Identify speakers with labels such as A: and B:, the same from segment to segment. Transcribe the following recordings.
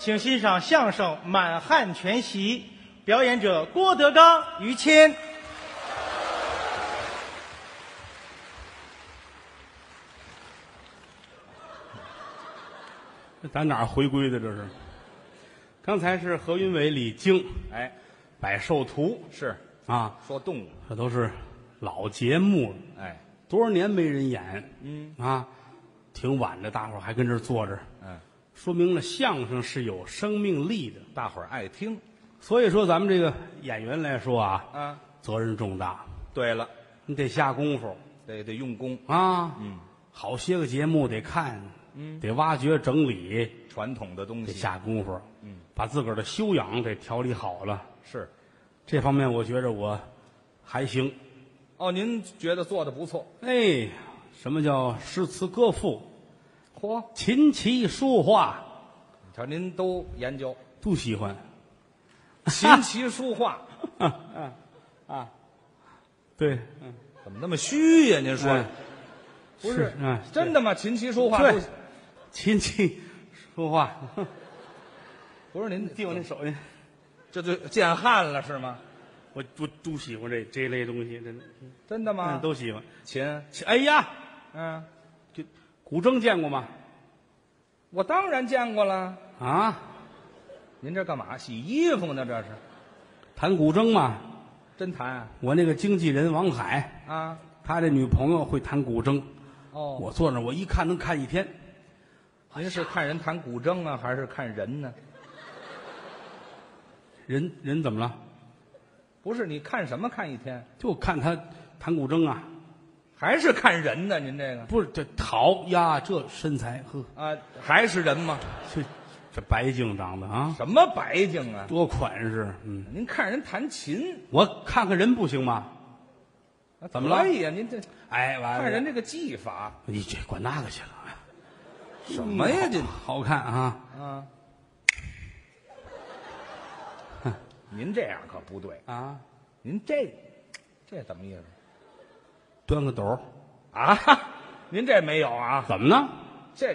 A: 请欣赏相声《满汉全席》，表演者郭德纲、于谦。
B: 咱哪儿回归的这是？刚才是何云伟、李菁，
C: 哎，
B: 百寿图
C: 是
B: 啊，
C: 说动物，
B: 这都是老节目了，
C: 哎，
B: 多少年没人演，
C: 嗯
B: 啊，挺晚的，大伙儿还跟这儿坐着，
C: 嗯，
B: 说明了相声是有生命力的。
C: 大伙儿啊爱听
B: 所以说，咱们这个演员来说啊，
C: 啊。
B: 责任重大，
C: 对了，
B: 你得下功夫
C: 得得用功，
B: 啊，
C: 嗯，
B: 好些个节目得看，嗯，得挖掘整理，
C: 传统的东
B: 得
C: 西
B: 下功夫，嗯，把自个儿的修养得调理好了。
C: 是。
B: 这方面我觉着我还行。
C: 哦，您觉得做的不错，
B: 哎，什么叫诗词歌赋、
C: 嚯，
B: 琴棋书画
C: 你瞧您都 研究
B: 都喜欢？
C: 琴棋书画，
B: 对，嗯
C: 怎么那么虚呀？您说的
B: 哎
C: 不是
B: 嗯，
C: 真的吗？琴棋书画
B: 对
C: 不
B: 琴棋书画。
C: 不是 您
B: 递我那手去，
C: 这就见汗了是吗？
B: 我我都喜欢这这类东西，真的
C: 真的吗？
B: 嗯都喜欢。
C: 琴，
B: 哎呀，
C: 嗯，
B: 这古筝见过吗？
C: 我当然见过了。
B: 啊，
C: 您这干嘛？洗衣服呢？这是
B: 弹古筝嘛。
C: 真弹啊？
B: 我那个经纪人王海，
C: 啊，
B: 他这女朋友会弹古筝，
C: 哦，
B: 我坐那儿我一看能看一天。
C: 您是看人弹古筝啊，还是看人呢？
B: 人人怎么了？
C: 不是，你看什么看一天？
B: 就看他弹古筝啊，
C: 还是看人呢？您这个
B: 不是这好呀，这身材呵，
C: 啊，还是人吗？
B: 这这白净长得啊，
C: 什么白净啊？
B: 多款式。嗯，
C: 您看人弹琴，
B: 我看看人不行吗？
C: 啊
B: 怎么了
C: 可以呀，您这
B: 哎，完了，
C: 看人这个技法
B: 你这管那个去了？啊嗯
C: 什么呀？这
B: 好看啊！
C: 啊，您这样可不对，
B: 啊，
C: 您这这怎么意思
B: 端个斗儿，
C: 啊？您这没有啊？
B: 怎么呢？
C: 这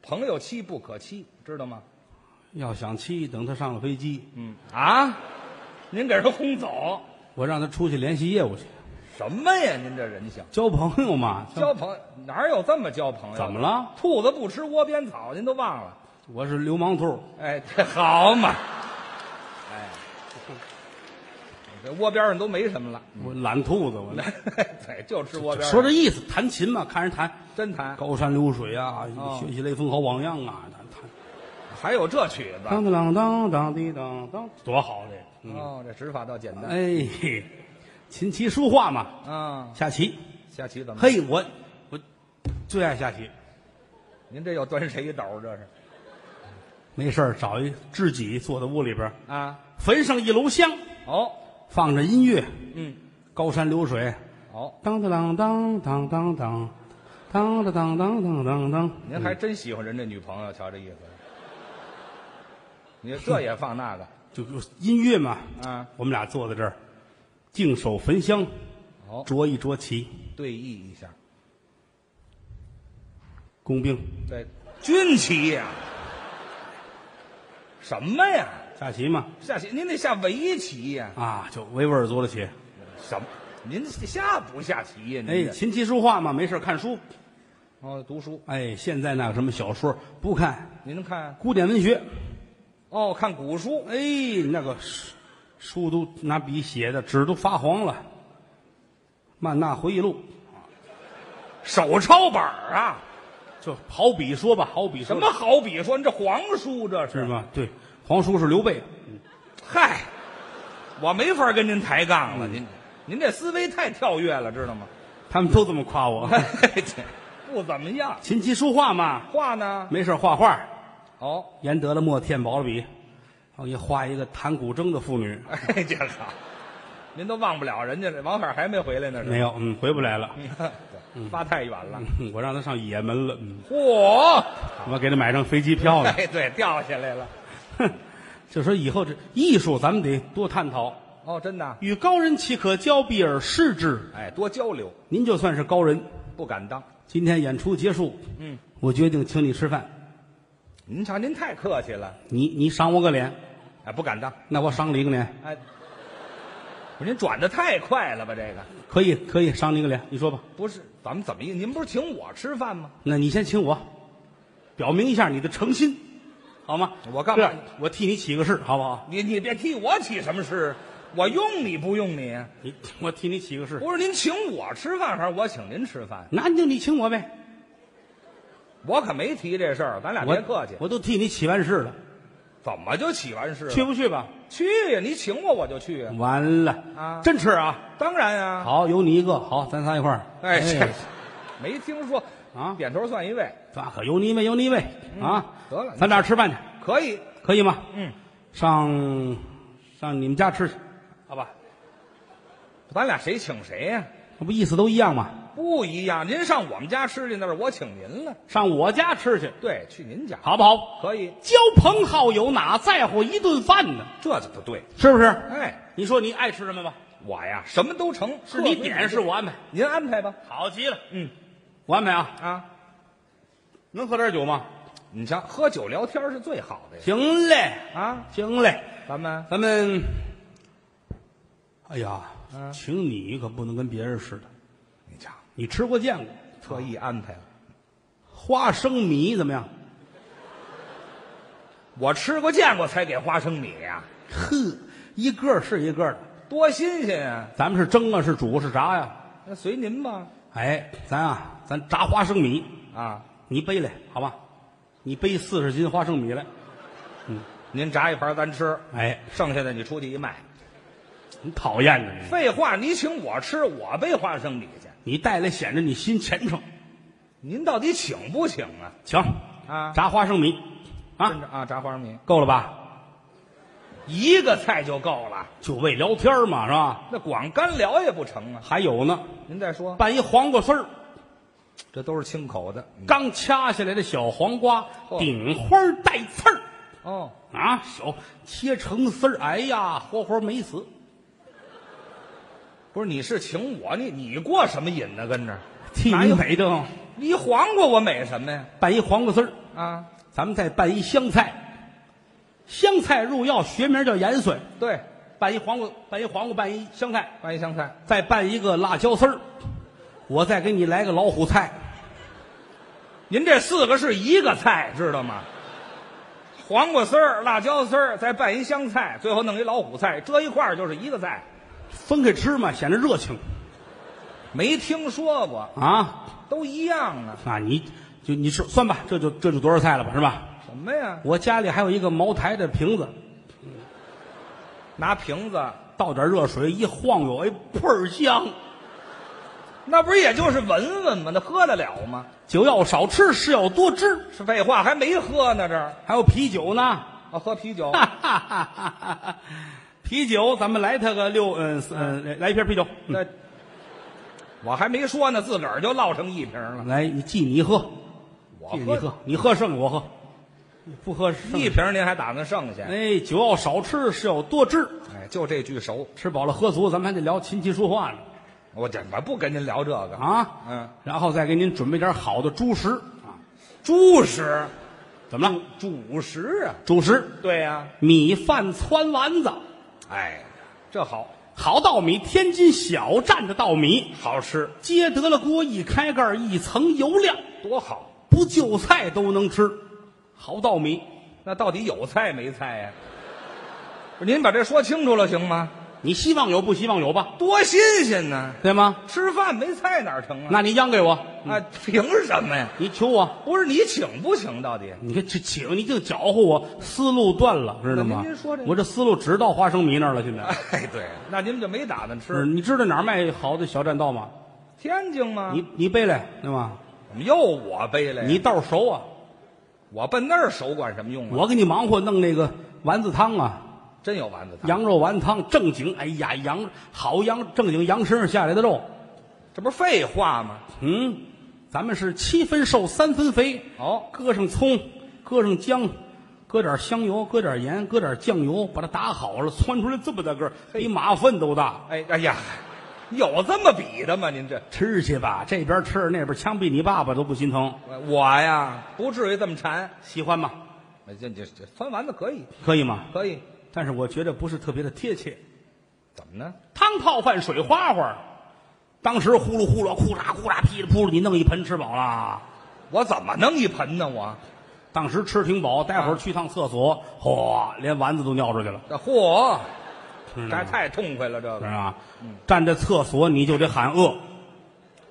C: 朋友妻不可欺，知道吗？
B: 要想妻，等他上了飞机，
C: 嗯啊，您给人轰走
B: 我让他出去联系业务去，
C: 什么呀？您这人性，
B: 交朋友嘛。
C: 交朋友哪有这么交朋友？
B: 怎么？了？
C: 兔子不吃窝边草，您都忘了？
B: 我是流氓兔，
C: 哎，这好嘛！哎，这窝边上都没什么了，
B: 我懒兔子，我
C: 对，就吃窝边上。
B: 说这意思。弹琴嘛，看人弹，
C: 真弹，
B: 高山流水啊，
C: 哦
B: 学习雷锋好榜样啊，弹弹。
C: 还有这曲子。
B: 当当当当当滴当当，多好这！嗯，
C: 哦，这指法倒简单。
B: 哎，嘿琴棋书画嘛，
C: 啊，
B: 下棋。
C: 下棋怎么？，
B: 哎嘿，我我最爱下棋，
C: 您这又端谁一斗儿？这是
B: 没事儿找一知己坐在屋里边儿，
C: 啊？
B: 焚上一炉香，
C: 哦，
B: 放着音乐，
C: 嗯，
B: 高山流水，
C: 哦，
B: 当当当当当当当，当当当当当当当。
C: 您还真喜欢人这女朋友，瞧这意思。你这也放那个
B: 就就音乐嘛，
C: 啊？
B: 我们俩坐在这儿，净手焚香，
C: 哦，
B: 酌一酌棋，
C: 对弈一下，
B: 工兵
C: 对，军棋呀、什么呀？
B: 下棋嘛，
C: 下棋，您得下围棋呀、
B: 啊，就维吾尔族的棋。
C: 什么？您下不下棋呀、
B: 哎，
C: 您这
B: 琴棋书画嘛，没事儿看书。
C: 哦，读书，
B: 哎，现在那个什么小说不看，
C: 您看啊
B: 古典文学，
C: 哦，看古书，
B: 哎，那个书书都拿笔写的，纸都发黄了。曼纳回忆录，
C: 手抄本儿啊，
B: 就好比说吧，好比
C: 什
B: 说
C: 么好比说，你这皇叔这
B: 是
C: 是？
B: 吗？对，皇叔是刘备，
C: 嗨，我没法跟您抬杠了，您您这思维太跳跃了，知道吗？
B: 他们都这么夸我。
C: 嗯这 不怎么样。
B: 琴棋书画嘛，
C: 画呢？
B: 没事儿画画，
C: 哦，
B: 研得了墨，添薄了笔，然后也画一个弹古筝的妇女。
C: 哎，这好，您都忘不了人家这王海还没回来呢，是吧
B: 没有，嗯，回不来了，
C: 对发太远了。
B: 嗯我让他上也门了，嗯，
C: 嚯！
B: 我给他买张飞机票了。
C: 哎，对，掉下来了。
B: 哼，就说以后这艺术，咱们得多探讨。
C: 哦，真的。
B: 与高人岂可交臂而视之？
C: 哎，多交流，
B: 您就算是高人。
C: 不敢当。
B: 今天演出结束，
C: 嗯，
B: 我决定请你吃饭。
C: 您瞧，您太客气了，
B: 你你赏我个脸，
C: 哎，不敢当，
B: 那我赏你一个脸，
C: 哎，不是您转的太快了吧？这个
B: 可以可以赏你一个脸，你说吧。
C: 不是咱们怎么一？您不是请我吃饭吗？
B: 那你先请我，表明一下你的诚心，好吗？
C: 我干
B: 这
C: 嘛
B: 样我替你起个誓，好不好？
C: 你你别替我起什么誓，我用你不用你？
B: 你我替你起个誓，
C: 不是您请我吃饭还是我请您吃饭？
B: 那就你请我呗。
C: 我可没提这事儿，咱俩
B: 我
C: 别客气。
B: 我都替你起完誓了，
C: 怎么就起完誓？
B: 去不去吧？
C: 去呀！你请我我就去呀。
B: 完了
C: 啊
B: 真吃啊！
C: 当然呀。
B: 好，有你一个，好，咱仨一块儿。
C: 哎，这没听说
B: 啊
C: 点头算一位，
B: 那可有你一位，有你一位啊！
C: 嗯得了
B: 咱俩吃饭去，
C: 可以。
B: 可以吗？
C: 嗯，
B: 上上你们家吃去，好吧？
C: 咱俩谁请谁呀、
B: 那不意思都一样吗？
C: 不一样，您上我们家吃去，那是我请您了。
B: 上我家吃去，
C: 对，去您家
B: 好不好？
C: 可以，
B: 交朋好友哪在乎一顿饭呢？
C: 这就不对。
B: 是不是？
C: 哎，
B: 你说你爱吃什么吧？
C: 我呀，什么都成，
B: 是你
C: 客
B: 点，
C: 人
B: 是我安排，
C: 您安排吧。
B: 好极了。
C: 嗯
B: 我安排啊，
C: 啊，
B: 能喝点酒吗？
C: 你瞧，喝酒聊天是最好的呀。
B: 行嘞，
C: 啊，
B: 行嘞，
C: 咱们
B: 咱们，哎呀，
C: 嗯
B: 请你可不能跟别人似的，
C: 你瞧，
B: 你吃过见过。
C: 特意安排了。
B: 花生米怎么样？
C: 我吃过见过才给花生米呀、
B: 呵，一个儿是一个儿的，
C: 多新鲜啊！
B: 咱们是蒸啊，是煮啊，是炸呀、
C: 那随您吧。
B: 哎，咱啊，咱炸花生米，
C: 啊，
B: 你背来好吧？你背四十斤花生米来。
C: 您炸一盘咱吃，
B: 哎，
C: 剩下的你出去一卖。
B: 你讨厌的你，
C: 废话，你请我吃，我背花生米去。
B: 你带来显着你心虔诚。
C: 您到底请不请啊？
B: 行
C: 啊
B: 炸花生米，
C: 真
B: 啊，
C: 的啊，炸花生米
B: 够了吧？
C: 一个菜就够了，
B: 就为聊天嘛，是吧？
C: 那光干聊也不成啊。
B: 还有呢，
C: 您再说，
B: 拌一黄瓜丝儿，
C: 这都是清口的。嗯
B: 刚掐下来的小黄瓜，
C: 嚯
B: 顶花带刺儿
C: 哦，
B: 啊，小切成丝儿，哎呀，活活没死。
C: 不是，你是请我，你你过什么瘾呢？跟着
B: 替
C: 哪
B: 你
C: 有
B: 美的，
C: 你黄瓜，我美什么呀？
B: 拌一黄瓜丝儿，
C: 啊，
B: 咱们再拌一香菜，香菜入药，学名叫盐蒜。
C: 对，
B: 拌一黄瓜，拌一黄瓜，拌一香菜，
C: 拌一香菜，
B: 再拌一个辣椒丝儿，我再给你来个老虎菜。
C: 您这四个是一个菜，知道吗？黄瓜丝儿、辣椒丝儿，再拌一香菜，最后弄一老虎菜，这一块儿就是一个菜。
B: 分开吃嘛，显得热情
C: 没听说过，
B: 啊！
C: 都一样啊？
B: 啊，你就你说算吧，这就这就多少菜了吧，是吧？
C: 什么呀？
B: 我家里还有一个茅台的瓶子，
C: 拿瓶子，
B: 倒点热水一晃悠，哎，倍儿香。
C: 那不是也就是闻闻吗？那喝得了吗？
B: 酒要少吃，事要多知。
C: 是废话，还没喝呢，这儿
B: 还有啤酒呢，
C: 啊，喝 啤酒
B: 哈哈哈哈哈！ 啤酒，咱们来他个六，嗯四嗯，来来一瓶啤酒。嗯
C: 那我还没说呢，自个儿就落成一瓶了。
B: 嗯来，你记你喝，
C: 我
B: 记你
C: 喝
B: 喝，你喝剩我喝，不喝剩
C: 一瓶，您还打算剩下？
B: 哎，酒要少吃，事要多知。
C: 哎，就这句熟，
B: 吃饱了喝足，咱们还得聊琴棋书画呢
C: 我怎么不跟您聊这个？
B: 啊。
C: 嗯，
B: 然后再给您准备点好的主食啊。
C: 主食，
B: 怎么了？
C: 主食啊，
B: 主食，
C: 对呀、
B: 米饭、汆丸子，
C: 哎，这好，
B: 好稻米，天津小站的稻米，
C: 好吃，
B: 揭得了锅，一开盖，一层油亮，
C: 多好。
B: 不就菜都能吃。好稻米，
C: 那到底有菜没菜呀、不是您把这说清楚了行吗？
B: 你希望有不希望有吧？
C: 多新鲜呢！
B: 对吗？
C: 吃饭没菜哪儿成啊？
B: 那你央给我，
C: 啊，凭什么呀？
B: 你求我，
C: 不是你请不请？到底
B: 你看这请你净搅和我，思路断了，知道吗？
C: 那您说这个
B: 我这思路只到花生米那儿了，现 在。
C: 哎，对，那您们就没打算
B: 是，
C: 吃
B: 你知道哪儿卖好的小栈道吗？
C: 天津吗？
B: 你你背来对吗？
C: 怎么又我背来？
B: 你道熟啊，
C: 我奔那儿手管什么用啊？
B: 我给你忙活弄那个丸子汤啊，
C: 真有丸子汤，
B: 羊肉丸子汤正经，哎呀，羊好羊正经羊身上下来的肉，
C: 这不是废话吗？
B: 嗯，咱们是七分瘦三分肥，
C: 哦，
B: 搁上葱，搁上姜，搁点香油，搁点盐，搁点酱油，把它打好了，窜出来这么大个儿，比马粪都大。
C: 哎哎呀，有这么比的吗？您这
B: 吃去吧，这边吃那边枪毙你爸爸都不心疼，
C: 我呀，不至于这么馋。
B: 喜欢吗？
C: 那这这这酸丸子可以，
B: 可以吗？
C: 可以，
B: 但是我觉得不是特别的贴切。
C: 怎么呢？
B: 汤泡饭水花花，当时呼噜呼噜，库嚓库嚓，噼里扑噜，你弄一盆吃饱了。
C: 我怎么弄一盆呢？我
B: 当时吃挺饱，待会儿去趟厕所，嚯，连丸子都尿出去了，
C: 这嚯，
B: 知
C: 这
B: 道
C: 还
B: 吗
C: 太痛快了，这
B: 啊是
C: 个
B: 吧？站在厕所你就得喊饿。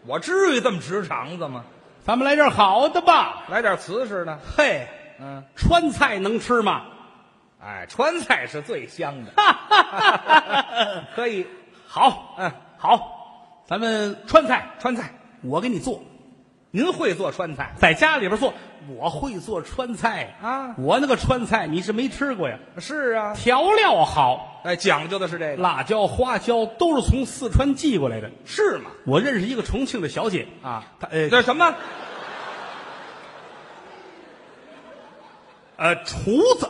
C: 我至于这么直肠子吗？
B: 咱们来点好的吧，
C: 来点瓷实的，
B: 嘿，
C: 嗯，
B: 川菜能吃吗？
C: 哎，川菜是最香 的，可以，
B: 好，
C: 嗯，
B: 好，咱们川菜，
C: 川菜，
B: 我给你做，
C: 您会做川菜？
B: 在家里边做。我会做川菜
C: 啊
B: 我那个川菜你是没吃过呀，
C: 是啊，
B: 调料好，
C: 哎，讲究的是这个，
B: 辣椒、花椒都是从四川寄过来的。
C: 是吗？
B: 我认识一个重庆的小姐，
C: 啊，
B: 她呃
C: 这什么？
B: 呃厨子，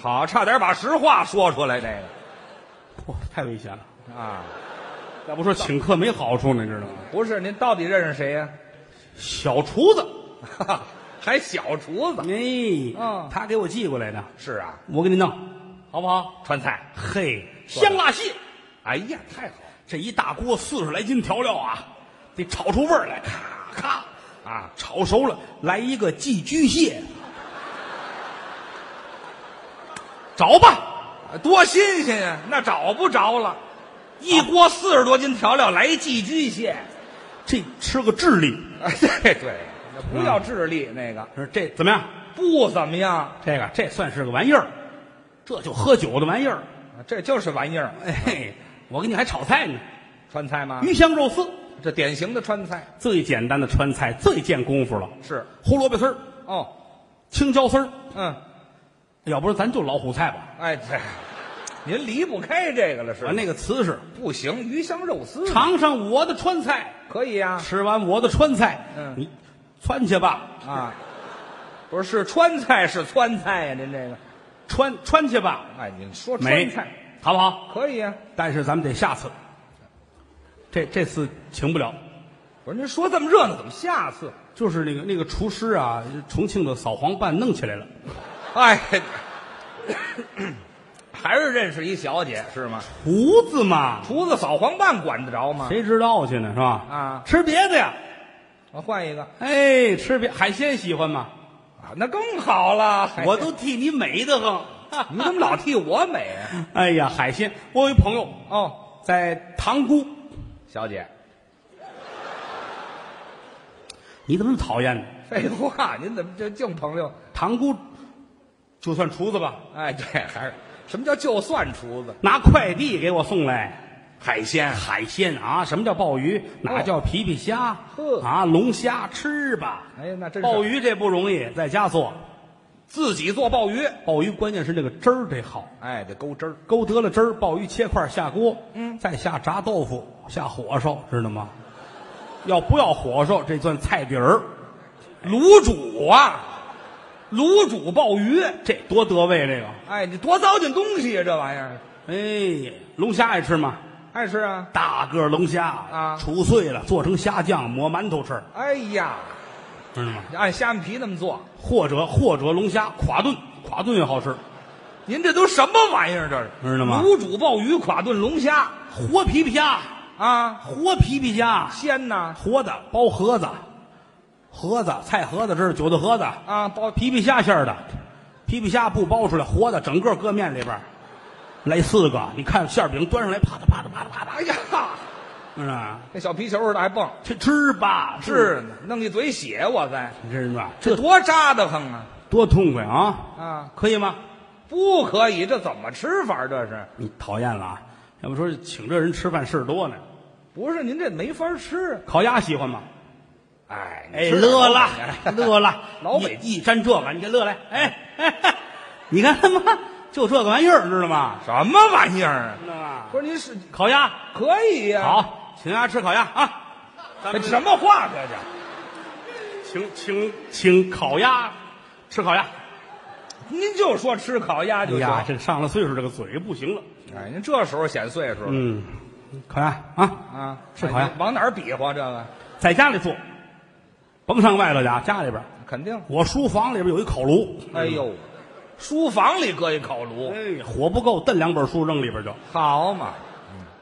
C: 好，差点把实话说出来，这个
B: 哇，太危险了。
C: 啊，
B: 要不说请客没好处呢，你知道吗？
C: 不是您到底认识谁呀、
B: 小厨子，
C: 还小厨子？
B: 哎，
C: 嗯
B: 他给我寄过来的，
C: 是啊，
B: 我给你弄，好不好？
C: 川菜。
B: 嘿，香辣蟹，
C: 哎呀，太好
B: 这一大锅四十来斤调料啊，得炒出味儿来，咔咔，
C: 了啊！
B: 炒熟了，来一个寄居蟹，找吧，
C: 多新鲜呀、那找不着了，一锅四十多斤调料来一寄居 蟹。
B: 这吃个智力，
C: 哎，对对，那不叫智力，那个
B: 说这怎么样？
C: 不怎么样，
B: 这个这算是个玩意儿，这就喝酒的玩意儿。
C: 啊这就是玩意儿。
B: 哎嘿，我给你还炒菜呢，
C: 川菜吗？
B: 鱼香肉丝，
C: 这典型的川菜
B: 最简单的川菜，最见功夫了。
C: 是
B: 胡萝卜丝儿、
C: 哦，
B: 青椒丝儿，
C: 嗯，
B: 要不然咱就老虎菜吧。
C: 哎，对，您离不开这个了是吧？
B: 我啊那个瓷实，
C: 不行，鱼香肉丝
B: 尝上我的川菜，
C: 可以呀
B: 吃完我的川菜，
C: 嗯
B: 你川去吧，
C: 啊，不是是川菜是川菜呀，您这个，
B: 川川去吧，
C: 哎，您说
B: 美
C: 川菜，
B: 好不好？
C: 可以呀，
B: 但是咱们得下次，这这次请不了。
C: 不是您说这么热闹，怎么下次？
B: 就是那个那个厨师啊，重庆的扫黄办弄起来了，
C: 哎，还是认识一小姐是吗？
B: 胡子嘛，
C: 厨子扫黄办管得着吗？
B: 谁知道去呢，是吧？
C: 啊
B: 吃别的呀，
C: 我换一个
B: 哎，吃别海鲜喜欢吗？
C: 啊，那更好了。海鲜
B: 我都替你美得很。
C: 你怎么老替我美啊？
B: 哎呀，海鲜！我有一朋友
C: 哦，
B: 在塘沽，
C: 小姐，
B: 你怎么那么讨厌呢？
C: 废话，您怎么这净朋友？
B: 塘沽就算厨子吧，
C: 哎，对，还是什么叫就算厨子？
B: 拿快递给我送来
C: 海鲜哦
B: 海鲜啊！什么叫鲍鱼？哪叫皮皮虾？
C: 呵
B: 啊，龙虾吃吧。
C: 哎呀那真是
B: 鲍鱼这不容易，在家做。
C: 自己做鲍鱼，
B: 鲍鱼关键是那个汁儿得好，
C: 哎，得勾汁儿。
B: 勾得了汁儿，鲍鱼切块下锅，嗯，再下炸豆腐，下火烧，知道吗？要不要火烧？这算菜底儿，
C: 卤煮啊，卤煮鲍鱼，
B: 这多得味这个。
C: 哎，你多糟践东西呀、啊这玩意儿
B: 哎，龙虾爱吃吗？
C: 爱吃啊！
B: 大个龙虾
C: 啊
B: 杵碎了做成虾酱抹馒头吃，
C: 哎呀，
B: 知道吗？
C: 按虾米皮那么做，
B: 或者或者龙虾垮炖，垮炖也好吃，
C: 您这都什么玩意儿？这是
B: 知道吗
C: 卤煮鲍鱼、垮炖龙虾
B: 活皮皮虾，
C: 啊，
B: 活皮皮虾，
C: 鲜呐
B: 活的包盒子，盒子菜盒子这是韭菜盒子，
C: 啊，鲍
B: 皮皮虾馅儿的，皮皮虾不包出来，活的整个搁面里边儿，来四个，你看馅儿饼端上来，啪嗒啪嗒啪嗒啪嗒，
C: 哎呀，
B: 是吧？
C: 那小皮球似的还蹦。
B: 去吃吧，
C: 是，呢，弄一嘴血，我在，
B: 你知道吗？
C: 这
B: 这
C: 多扎的慌啊！
B: 多痛快啊！
C: 啊，
B: 可以吗？
C: 不可以，这怎么吃法？这是
B: 你讨厌了啊？要不说请这人吃饭事儿多呢？
C: 不是您这没法吃？
B: 烤鸭喜欢吗？
C: 哎，你
B: 哎，
C: 吃
B: 乐
C: 老
B: 了
C: 北 人，，
B: 乐了
C: 老北
B: 一一沾这个，你看乐来，哎，哎 你看他妈就这个玩意儿，知道吗？
C: 什么玩意儿啊？
B: 知道吗？
C: 不是您是
B: 烤鸭
C: 可以呀、
B: 好，请大家吃烤鸭啊！咱
C: 哎
B: 们
C: 什么话这叫？
B: 请请请烤鸭，吃烤鸭。
C: 您就说吃烤鸭
B: 哎
C: 就行。
B: 呀，这上了岁数，这个嘴不行了。
C: 哎，您这时候显岁数了、
B: 嗯，烤鸭啊，
C: 啊！
B: 吃烤鸭
C: 哎您往哪儿比划这个？
B: 在家里做，甭上外头家，家里边儿
C: 肯定。
B: 我书房里边有一烤炉，
C: 哎呦，书房里搁一烤炉，
B: 嗯哎，火不够，炖两本书扔里边就。
C: 好嘛，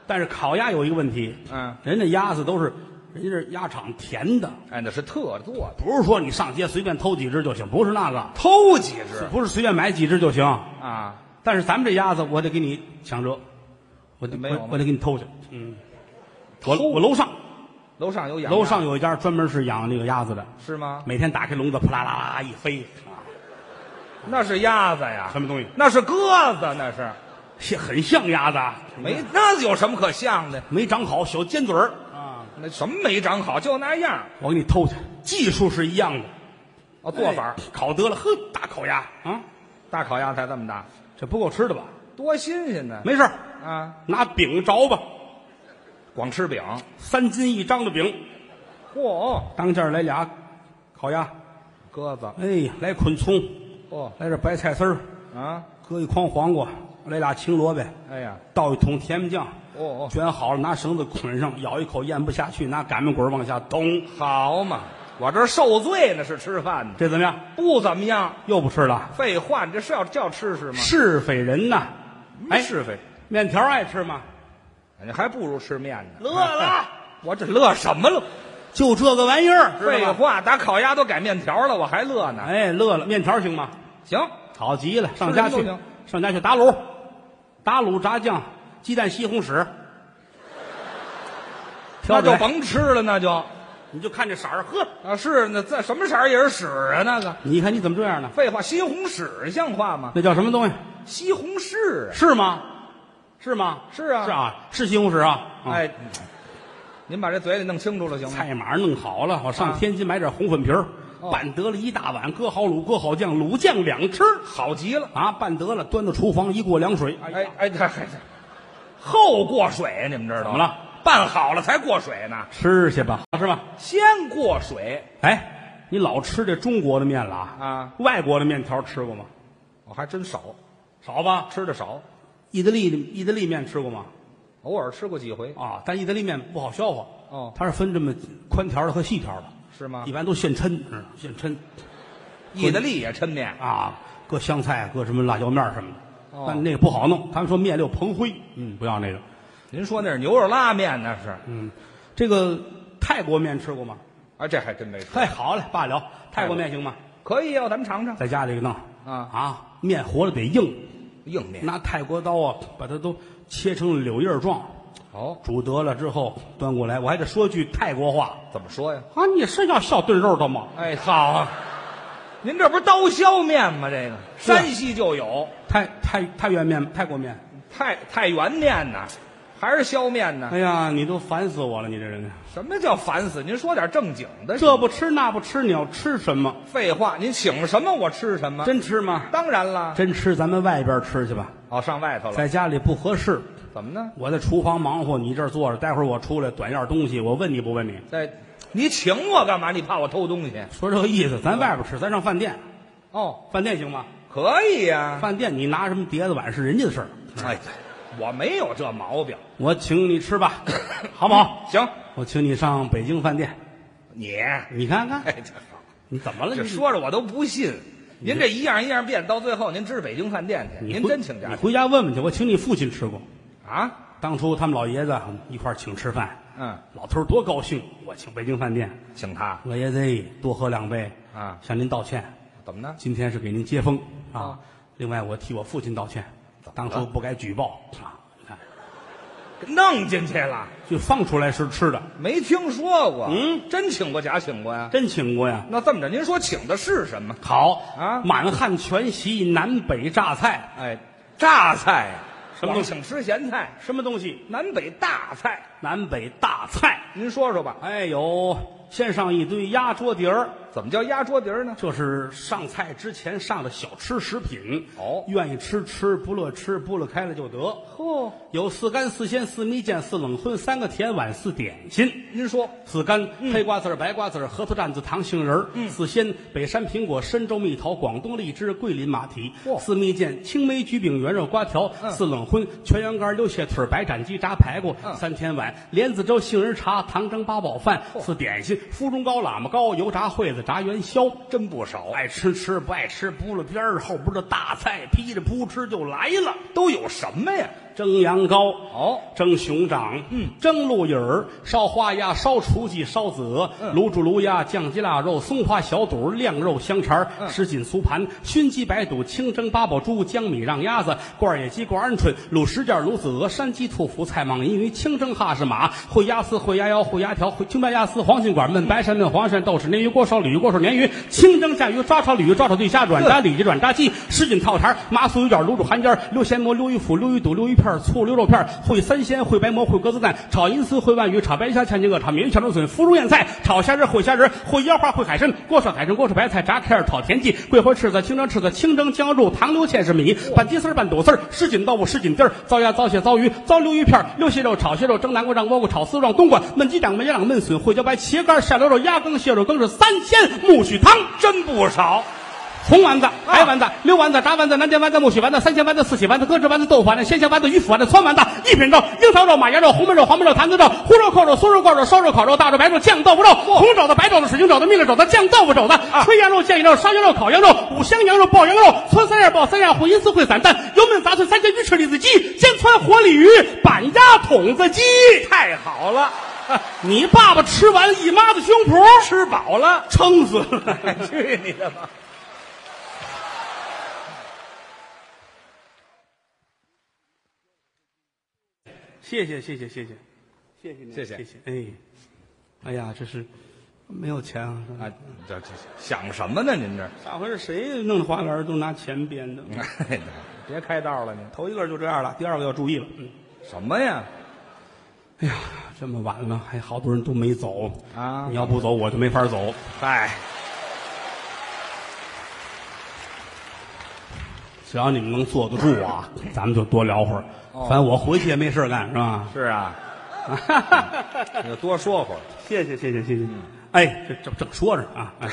B: 但是烤鸭有一个问题，
C: 嗯，
B: 人家鸭子都是人家是鸭场填的，
C: 哎，那是特做的，
B: 不是说你上街随便偷几只就行，不是那个，
C: 偷几只
B: 不是随便买几只就行。
C: 啊？
B: 但是咱们这鸭子，我得给你抢辙，我得
C: 没有吗
B: 我我得给你偷去。嗯，我我楼上
C: 楼上有养鸭，
B: 楼上有一家专门是养那个鸭子的，
C: 是吗？
B: 每天打开笼子，啪啦啦啦一飞，啊，
C: 那是鸭子呀，
B: 什么东西？
C: 那是鸽子，那是
B: 是很像鸭子啊，
C: 没那有什么可像的？
B: 没长好，小尖嘴儿啊，
C: 那什么没长好，就那样
B: 我给你偷去。技术是一样的，
C: 哦，做法、
B: 哎烤得了，呵，大烤鸭啊，
C: 大烤鸭才这么大，
B: 这不够吃的吧？
C: 多新鲜呢！
B: 没事儿
C: 啊，
B: 拿饼着吧，
C: 光吃饼，
B: 三斤一张的饼，
C: 嚯、
B: 当间儿来俩烤鸭，
C: 鸽子，
B: 哎，来捆葱，
C: 嚯、
B: 来点白菜丝儿，
C: 啊，
B: 搁一筐黄瓜，来俩青萝卜，
C: 哎呀，
B: 倒一桶甜面酱，
C: 哦哦，
B: 卷好了拿绳子捆上，咬一口咽不下去，拿擀面棍儿往下咚，
C: 好嘛，我这受罪呢，是吃饭呢，
B: 这怎么样？
C: 不怎么样。
B: 又不吃了？
C: 废话，你这是要叫吃是吗？
B: 是非人呐！哎，
C: 是非，
B: 面条爱吃吗？
C: 你还不如吃面呢。
B: 乐了，
C: 我这乐什么乐？
B: 就这个玩意儿，知
C: 废
B: 道吗？
C: 话，打烤鸭都改面条了，我还乐呢。
B: 哎，乐了，面条行吗？
C: 行，
B: 好极了，上家
C: 都
B: 去
C: 行，
B: 上家去打卤，打卤炸酱，鸡蛋西红 柿，
C: 那
B: 挑
C: 就
B: 着来，
C: 甭吃了，那就
B: 你就看这色儿，呵，
C: 啊是那在什么色儿也是屎啊那个。
B: 你看你怎么这样呢？
C: 废话，西红柿像话吗？
B: 那叫什么东西？
C: 西红柿啊，
B: 是吗？是吗？
C: 是啊
B: 是啊，是西红柿啊。啊，
C: 哎，您把这嘴里弄清楚了行吗？
B: 菜码弄好了，我上
C: 啊
B: 天津买点红粉皮儿，
C: 哦
B: 拌得了一大碗，搁好卤，搁好酱，卤酱两吃
C: 好极了。
B: 啊，拌得了，端到厨房一过凉水，
C: 哎哎，这还后过水，你们知道
B: 怎
C: 吗
B: 么？了？
C: 拌好了才过水呢，
B: 吃去吧，是吧？
C: 先过水。
B: 哎，你老吃这中国的面了啊？
C: 啊，
B: 外国的面条吃过吗？
C: 我还真少，
B: 少吧？
C: 吃的少，
B: 意大利意大利面吃过吗？
C: 偶尔吃过几回。
B: 啊，但意大利面不好消化。
C: 哦啊
B: 它是分这么宽条的和细条的，
C: 是吗
B: 一般都现抻，嗯现抻
C: 意大利也抻面，
B: 啊，搁香菜，搁什么辣椒面什么的。
C: 哦
B: 但那个不好弄，他们说面里有蓬灰，嗯，不要那个。
C: 您说那是牛肉拉面那是？
B: 嗯，这个泰国面吃过吗？
C: 啊，这还真没吃。
B: 嘿，好嘞，罢了，泰国面行吗？
C: 可以啊，咱们尝尝
B: 在家里弄
C: 啊，
B: 啊，面和了得硬，
C: 硬面。
B: 拿泰国刀啊，把它都切成柳叶状，
C: 好，
B: 煮得了之后端过来，我还得说句泰国话
C: 怎么说呀？
B: 啊！你是要小炖肉的吗？
C: 哎，好啊，您这不是刀削面吗？这个
B: 是啊
C: 山西就有
B: 泰泰泰原面、泰国面。
C: 太太原面呢，还是削面呢？
B: 哎呀，你都烦死我了！你这人，
C: 什么叫烦死？您说点正经的。
B: 这不吃那不吃，你要吃什么？
C: 废话，您请什么我吃什么。
B: 真吃吗？
C: 当然了，
B: 真吃，咱们外边吃去吧，
C: 哦，上外头了，
B: 在家里不合适。
C: 怎么呢？
B: 我在厨房忙活，你这儿坐着，待会儿我出来短样东西，我问你不问你？
C: 在，你请我干嘛？你怕我偷东西？
B: 说这个意思，咱外边吃，咱上饭店，
C: 哦，
B: 饭店行吗？
C: 可以呀、
B: 饭店你拿什么碟子碗是人家的事儿，
C: 哎，我没有这毛病。
B: 我请你吃 吧，好不好？
C: 行，
B: 我请你上北京饭店，
C: 你，
B: 你看看
C: 哎，这好
B: 你怎么了？
C: 这
B: 你
C: 哎说着我都不信。您这一样一样变，到最后您支北京饭店去，
B: 你
C: 您
B: 回
C: 真请假
B: 你回家问问去，我请你父亲吃过。
C: 啊？
B: 当初他们老爷子一块儿请吃饭，
C: 嗯，
B: 老头儿多高兴，我请北京饭店，
C: 请他
B: 老爷子哎多喝两杯
C: 啊
B: 向您道歉，
C: 怎么呢？
B: 今天是给您接风
C: 啊
B: 啊。另外，我替我父亲道歉，
C: 么
B: 当
C: 了
B: 初不该举报啊。你看，
C: 弄进去了，
B: 就放出来是吃的，
C: 没听说过。
B: 嗯，
C: 真请过假请过呀？
B: 真请过呀。
C: 那这么着，您说请的是什么？
B: 好
C: 啊
B: 满汉全席，南北榨菜，
C: 哎，榨菜，
B: 什么
C: 光
B: 东西
C: 请吃咸菜，
B: 什么东西？
C: 南北大菜，
B: 南北大菜。
C: 您说说吧，
B: 哎呦，先上一堆鸭桌底儿，
C: 怎么叫压桌底儿呢？
B: 这是上菜之前上的小吃食品。
C: 哦
B: 愿意吃吃，不乐吃，不乐开了就得。
C: 嚯，
B: 有四干、四鲜、四蜜饯、四冷荤、三个甜碗、四点心。
C: 您说
B: 四干：
C: 嗯
B: 黑瓜子儿、白瓜子儿、核桃蘸子、糖杏仁儿；四鲜：北山苹果、深州蜜桃、广东荔枝、桂林马蹄；
C: 嚯
B: 四蜜饯：青梅、橘饼、圆肉、瓜条；四冷荤：全羊肝、溜蟹腿、白斩鸡、炸排骨；
C: 嗯
B: 三天碗：莲子粥、杏仁茶、糖蒸八宝饭；四点心：芙蓉糕、喇嘛糕、油炸烩子、的炸元宵，
C: 真不少，
B: 爱吃吃，不爱吃扑了边儿，后边的大菜噼里扑哧就来了。
C: 都有什么呀？
B: 蒸羊羔，
C: 哦，
B: 蒸熊掌，
C: 嗯，
B: 蒸鹿尾儿，烧花鸭，烧雏鸡，烧子鹅，卤煮卤鸭，酱鸡腊肉，松花小肚，晾肉香肠，什锦酥盘，熏鸡白肚，清蒸八宝猪，江米让鸭子，罐野鸡，罐鹌鹑，卤什件，卤子鹅，山鸡兔脯，菜蟒银鱼，清蒸哈士马，烩鸭丝，烩鸭腰，烩鸭条，烩清白鸭丝，黄金管焖白鳝，焖黄鳝，豆豉鲶鱼，锅烧鲤鱼，锅烧鲶鱼，清蒸鳝鱼，抓炒鲤鱼，抓炒对虾，软炸里脊，软炸鸡，什锦套肠，麻酥鱼卷，卤煮寒尖，溜鲜蘑，溜鱼腐，溜鱼肚，溜鱼片儿，醋溜肉片儿，烩三鲜，烩白蘑，烩鸽子蛋，炒银丝，烩万鱼，炒白虾，千金鹅，炒鲶鱼，小竹笋，腐乳燕菜，炒虾仁，烩虾仁，烩腰花，烩海参，锅烧海参，锅烧白菜，炸开儿，炒田鸡，桂花翅子，清蒸翅子，清蒸江柱，糖溜芡实米，拌鸡丝儿，拌肚丝儿，什锦豆腐，什锦丁儿，糟鸭，糟蟹，糟鱼，糟溜鱼片儿，溜蟹肉，炒蟹肉，蒸南瓜，炝蘑菇，炒丝状冬瓜，焖鸡掌，焖鸭掌，焖笋，烩茭白，茄干，晒溜肉，鸭羹，蟹肉羹是三鲜苜蓿汤。
C: 真不少，
B: 红丸子、
C: 啊
B: 白丸子、溜丸子、炸丸子、南煎丸子、木须丸子、三鲜丸子、四喜丸子、鸽汁丸子、豆腐丸子、鲜虾丸子、鱼腐丸子、川丸子、一品肉、樱桃肉、马牙肉、红焖肉、黄焖肉、坛子肉、胡肉、扣肉、酥肉、扣肉、烧肉、烤肉、大肉、白肉、酱豆腐肉、红肘子、白肘子、水晶肘子、蜜了肘子、酱豆腐肘子、
C: 啊
B: 炊羊肉、酱羊肉、烧羊肉、烤羊肉、五香羊肉、爆羊肉、汆三样、爆三样、烩银丝、烩散蛋、油焖杂碎、三鲜鱼翅、栗子鸡、煎川活鲤鱼、板鸭筒子鸡。
C: 太好了，
B: 你爸爸吃完一妈的胸脯，
C: 吃饱了。
B: 撑死了。
C: 去你的吧！
B: 谢谢谢谢谢谢，谢谢您，
C: 谢谢
B: 谢谢。哎，哎呀，这是没有钱啊！
C: 啊，这这想什么呢？您这，
B: 上回是谁弄的花园都拿钱编的？
C: 哎 别开道了，您
B: 嗯头一个就这样了，第二个要注意了。嗯，
C: 什么呀？
B: 哎呀，这么晚了，还好多人都没走
C: 啊
B: 你要不走，我就没法走。
C: 嗨，
B: 只要你们能坐得住 啊，咱们就多聊会儿。
C: 哦
B: 反正我回去也没事干，是吧？
C: 是 啊，嗯你就多说会儿。
B: 谢谢谢谢谢谢。哎，这正正说着啊， 哎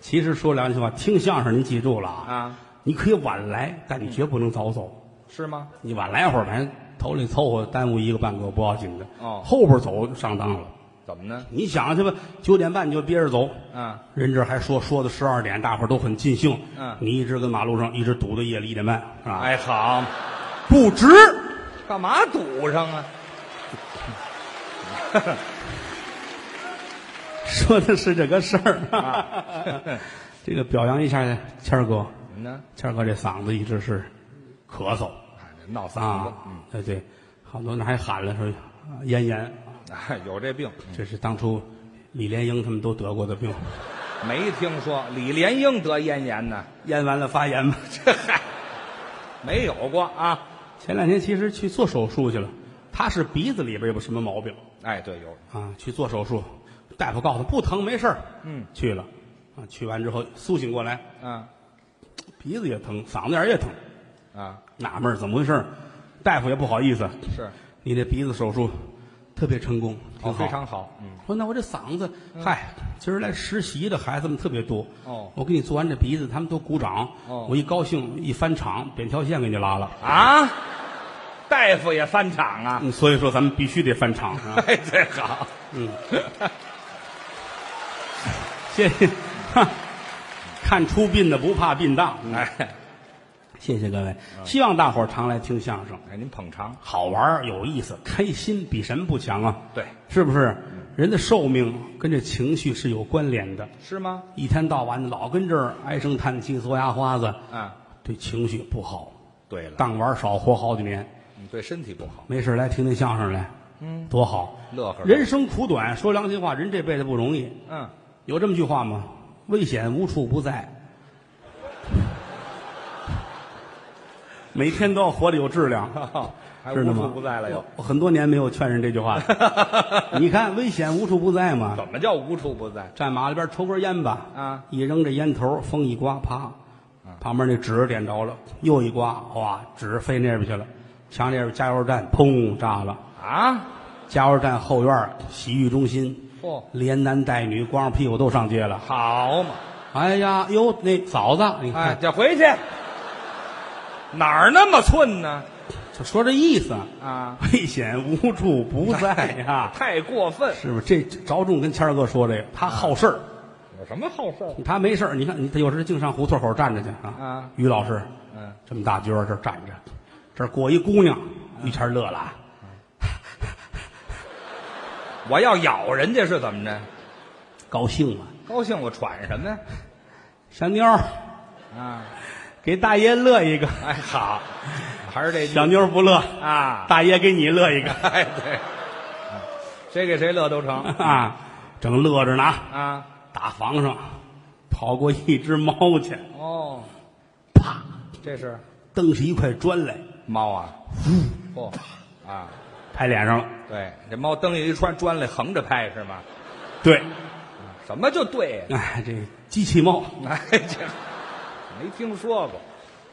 B: 其实说良心话，听相声您记住了
C: 啊，
B: 你可以晚来，但你绝不能早走。
C: 是吗？
B: 你晚来会儿，反正头里凑合耽误一个半个不要紧的。
C: 哦
B: 后边走上当了。
C: 怎么呢？
B: 你想去吧，九点半你就憋着走，
C: 嗯，
B: 人这还说说到十二点，大伙儿都很尽兴。
C: 嗯
B: 你一直跟马路上一直堵到夜里一点半，是吧？，
C: 哎，好，
B: 不值。
C: 干嘛堵上啊？
B: 说的是这个事儿。
C: 啊
B: 这个表扬一下谦儿哥，
C: 怎么呢？
B: 谦儿哥这嗓子一直是咳嗽
C: 哎这闹嗓子
B: 啊，，对对，好多那还喊了说啊咽炎，
C: 嗯，哎， 有这病
B: 这是当初李莲英他们都得过的病，
C: 没听说？李莲英得咽炎呢？
B: 咽完了发炎嘛。
C: 这嗨，没有过啊？
B: 前两天其实去做手术去了，他是鼻子里边有什么毛病
C: 哎，对，有，
B: 啊？去做手术，大夫告诉他不疼没事儿，
C: 嗯，
B: 去了，啊，去完之后苏醒过来，
C: 啊
B: 鼻子也疼，嗓子眼儿也疼，
C: 啊，
B: 纳闷儿怎么回事儿？大夫也不好意思，
C: 是，
B: 你这鼻子手术特别成功，挺
C: 哦
B: 好
C: 非常好，嗯，
B: 说那我这嗓子，嗨，今儿来实习的孩子们特别多。
C: 哦
B: 我给你做完这鼻子，他们都鼓掌。
C: 哦
B: 我一高兴一翻场，扁条线给你拉了。
C: 啊，大夫也翻场啊？
B: 嗯，所以说咱们必须得翻场啊！
C: 哎，这好，
B: 嗯，谢谢，哈看出殡的不怕殡葬。嗯
C: 哎，
B: 谢谢各位，希望大伙儿常来听相声，
C: 哎，您捧场，
B: 好玩儿有意思，开心比什么不强啊？
C: 对，
B: 是不是？人的寿命跟这情绪是有关联的。
C: 是吗？
B: 一天到晚的老跟这儿唉声叹气、嘬牙花子，
C: 啊，
B: 对情绪不好。
C: 对了，
B: 当玩少活好几年，
C: 你对身体不好，
B: 没事来听听相声来，
C: 嗯，
B: 多好！
C: 乐呵，
B: 人生苦短，说良心话，人这辈子不容易。
C: 嗯，
B: 有这么句话吗？危险无处不在，每天都要活得有质量，
C: 哦还
B: 知道
C: 无
B: 吗
C: 处不在了又，
B: 我很多年没有劝人这句话了。 你看，危险无处不在嘛。
C: 怎么叫无处不在？
B: 站马路边抽根烟吧，
C: 啊，嗯
B: 一扔这烟头，风一刮，啪，旁边那纸点着了，又一刮，哇，纸飞那边去了，墙那边加油站砰炸了，
C: 啊，
B: 加油站后院洗浴中心，
C: 嚯
B: 连男带女光着屁股都上街了，
C: 好嘛，
B: 哎呀哎哟，那嫂子，你看、
C: 哎，这回去哪儿那么寸呢？
B: 就说这意思啊
C: 啊，
B: 危险无处不在呀、
C: 太过分，
B: 是不是？这着重跟谦儿哥说这个，他好事儿，
C: 有什么好事儿？
B: 他没事儿。你看，你他有时净上胡同口站着去嗯啊。
C: 啊
B: 于老师，
C: 嗯，
B: 这么大角儿这儿站着，这儿过一姑娘，于谦儿乐了啊，
C: 我要咬人家是怎么着？
B: 高兴了。
C: 高兴我喘什么呀？
B: 小妞儿
C: 啊，
B: 给大爷乐一个，
C: 哎，好，还是这 句
B: 小妞儿不乐，
C: 啊，
B: 大爷给你乐一个
C: 哎对，啊谁给谁乐都成
B: 啊，正乐着呢啊。
C: 啊。
B: 大房上跑过一只猫去，
C: 哦，
B: 啪，
C: 这是
B: 蹬起一块砖来，
C: 猫啊，嚯、啊，
B: 拍脸上了。
C: 对，这猫蹬一穿砖来横着拍是吗？
B: 对，
C: 什么就对？
B: 哎，这机器猫，
C: 哎，这没听说过。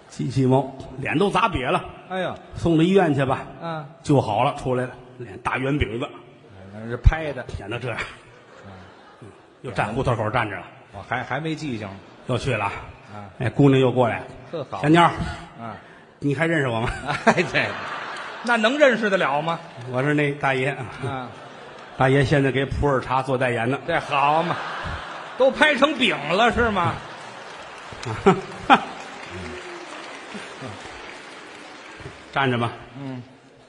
B: 机器猫，脸都砸瘪了，
C: 哎呀，
B: 送到医院去吧，
C: 啊，
B: 就好了，出来了，脸大圆饼子，
C: 呃那是拍的，
B: 演到这样，嗯又站胡同口站着了，
C: 我还还没记性。
B: 又去了
C: 啊。
B: 哎，姑娘又过来了，
C: 呵好
B: 小妞儿，
C: 啊，
B: 你还认识我吗？
C: 哎对，那能认识得了吗？
B: 我是那大爷，
C: 啊，
B: 大爷现在给普洱茶做代言呢。
C: 这好嘛，都拍成饼了是吗？
B: 站着吧，
C: 嗯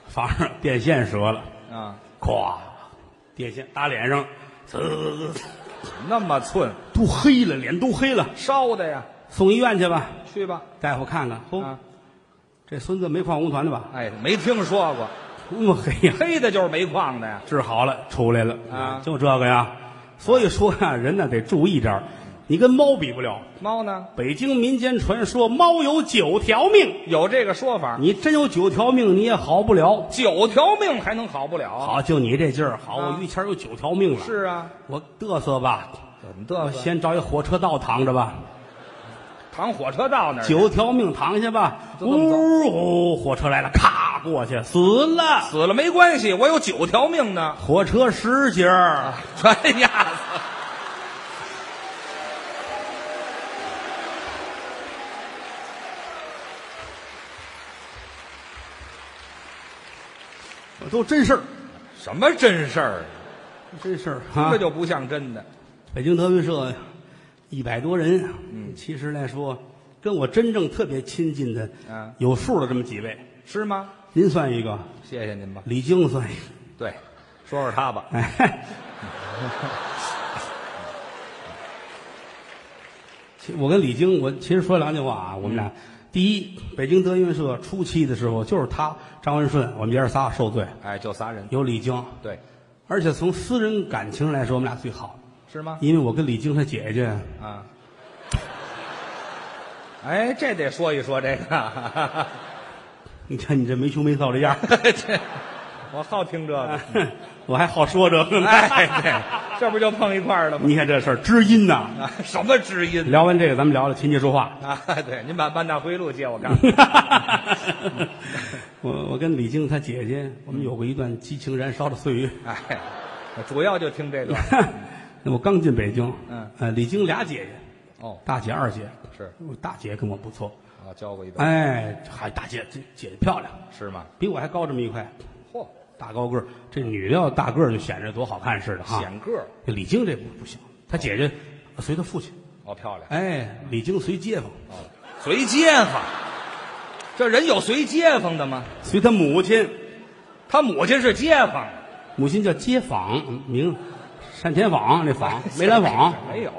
B: 房上电线折了。
C: 啊，
B: 咵，电线打脸上，呲，
C: 那么寸
B: 都黑了，脸都黑了，
C: 烧的呀，
B: 送医院去吧。
C: 去吧。
B: 大夫看看，嚯、
C: 啊，
B: 这孙子没矿工团的吧？
C: 哎，没听说过，
B: 那么黑呀、
C: 黑的就是煤矿的呀。
B: 治好了，出来了
C: 啊
B: 就这个呀。所以说呀、人呢得注意点儿你跟猫比不了。
C: 猫呢，
B: 北京民间传说，猫有九条命，
C: 有这个说法，
B: 你真有九条命，你也好不了。
C: 九条命还能好不了？，
B: 好，就你这劲儿，好，
C: 啊
B: 我于谦儿有九条命了。，
C: 是啊，
B: 我嘚瑟吧，
C: 怎么
B: 我
C: 嘚瑟？
B: 先找一火车道躺着吧。
C: 躺火车道那儿去
B: 九条命躺下吧。
C: 就这么
B: 呜、火车来了，咔过去，死了。
C: 死了没关系，我有九条命呢。 哎
B: 火车十节儿，
C: 全压死了。
B: 都真事儿，
C: 什么真事儿？啊
B: 真事儿啊
C: 这！就不像真的。
B: 北京德云社一百多人，嗯，其实来说，跟我真正特别亲近的，
C: 嗯
B: 有数的这么几位，
C: 是吗？
B: 您算一个，
C: 谢谢您吧。
B: 李菁算一个，
C: 对，说说他吧。
B: 哎。其 我跟李菁，我其实说两句话啊，我们俩、
C: 嗯
B: 第一，北京德云社初期的时候，就是他张文顺，我们爷儿仨受罪，
C: 哎，就仨人。
B: 有李菁，
C: 对，
B: 而且从私人感情来说，我们俩最好，
C: 是吗？
B: 因为我跟李菁他姐姐，
C: 啊。哎，这得说一说这个。
B: 你看你这没羞没臊这样儿，
C: 这我好听这个。
B: 我还好说这个呢。
C: 哎，对，这不就碰一块儿 了吗？
B: 你看这事儿知音呐。
C: 啊，什么知音
B: 聊完这个，咱们聊聊琴棋书画。
C: 啊？对，您把《半大回忆录》借我看看。
B: 我我跟李菁他姐姐，我
C: 嗯
B: 们有过一段激情燃烧的岁月。
C: 哎，主要就听这个。
B: 那我刚进北京，
C: 嗯，
B: 呃，李菁俩姐姐，
C: 哦，
B: 大姐二姐，
C: 是
B: 我大姐跟我不错，
C: 啊，教过一段，
B: 哎，还大姐这姐姐漂亮，
C: 是吗？
B: 比我还高这么一块，
C: 嚯，
B: 大高个儿，这女的要大个儿就显着多好看似的哈。
C: 显个儿
B: 这李菁这不不行，他姐姐随他父亲，
C: 哦，漂亮
B: 哎，李菁随街坊，
C: 哦，随街坊，这人有随街坊的吗？
B: 随他母亲，
C: 他母亲是街坊，
B: 母亲叫街坊，嗯名单田坊那坊，梅兰坊，
C: 没有，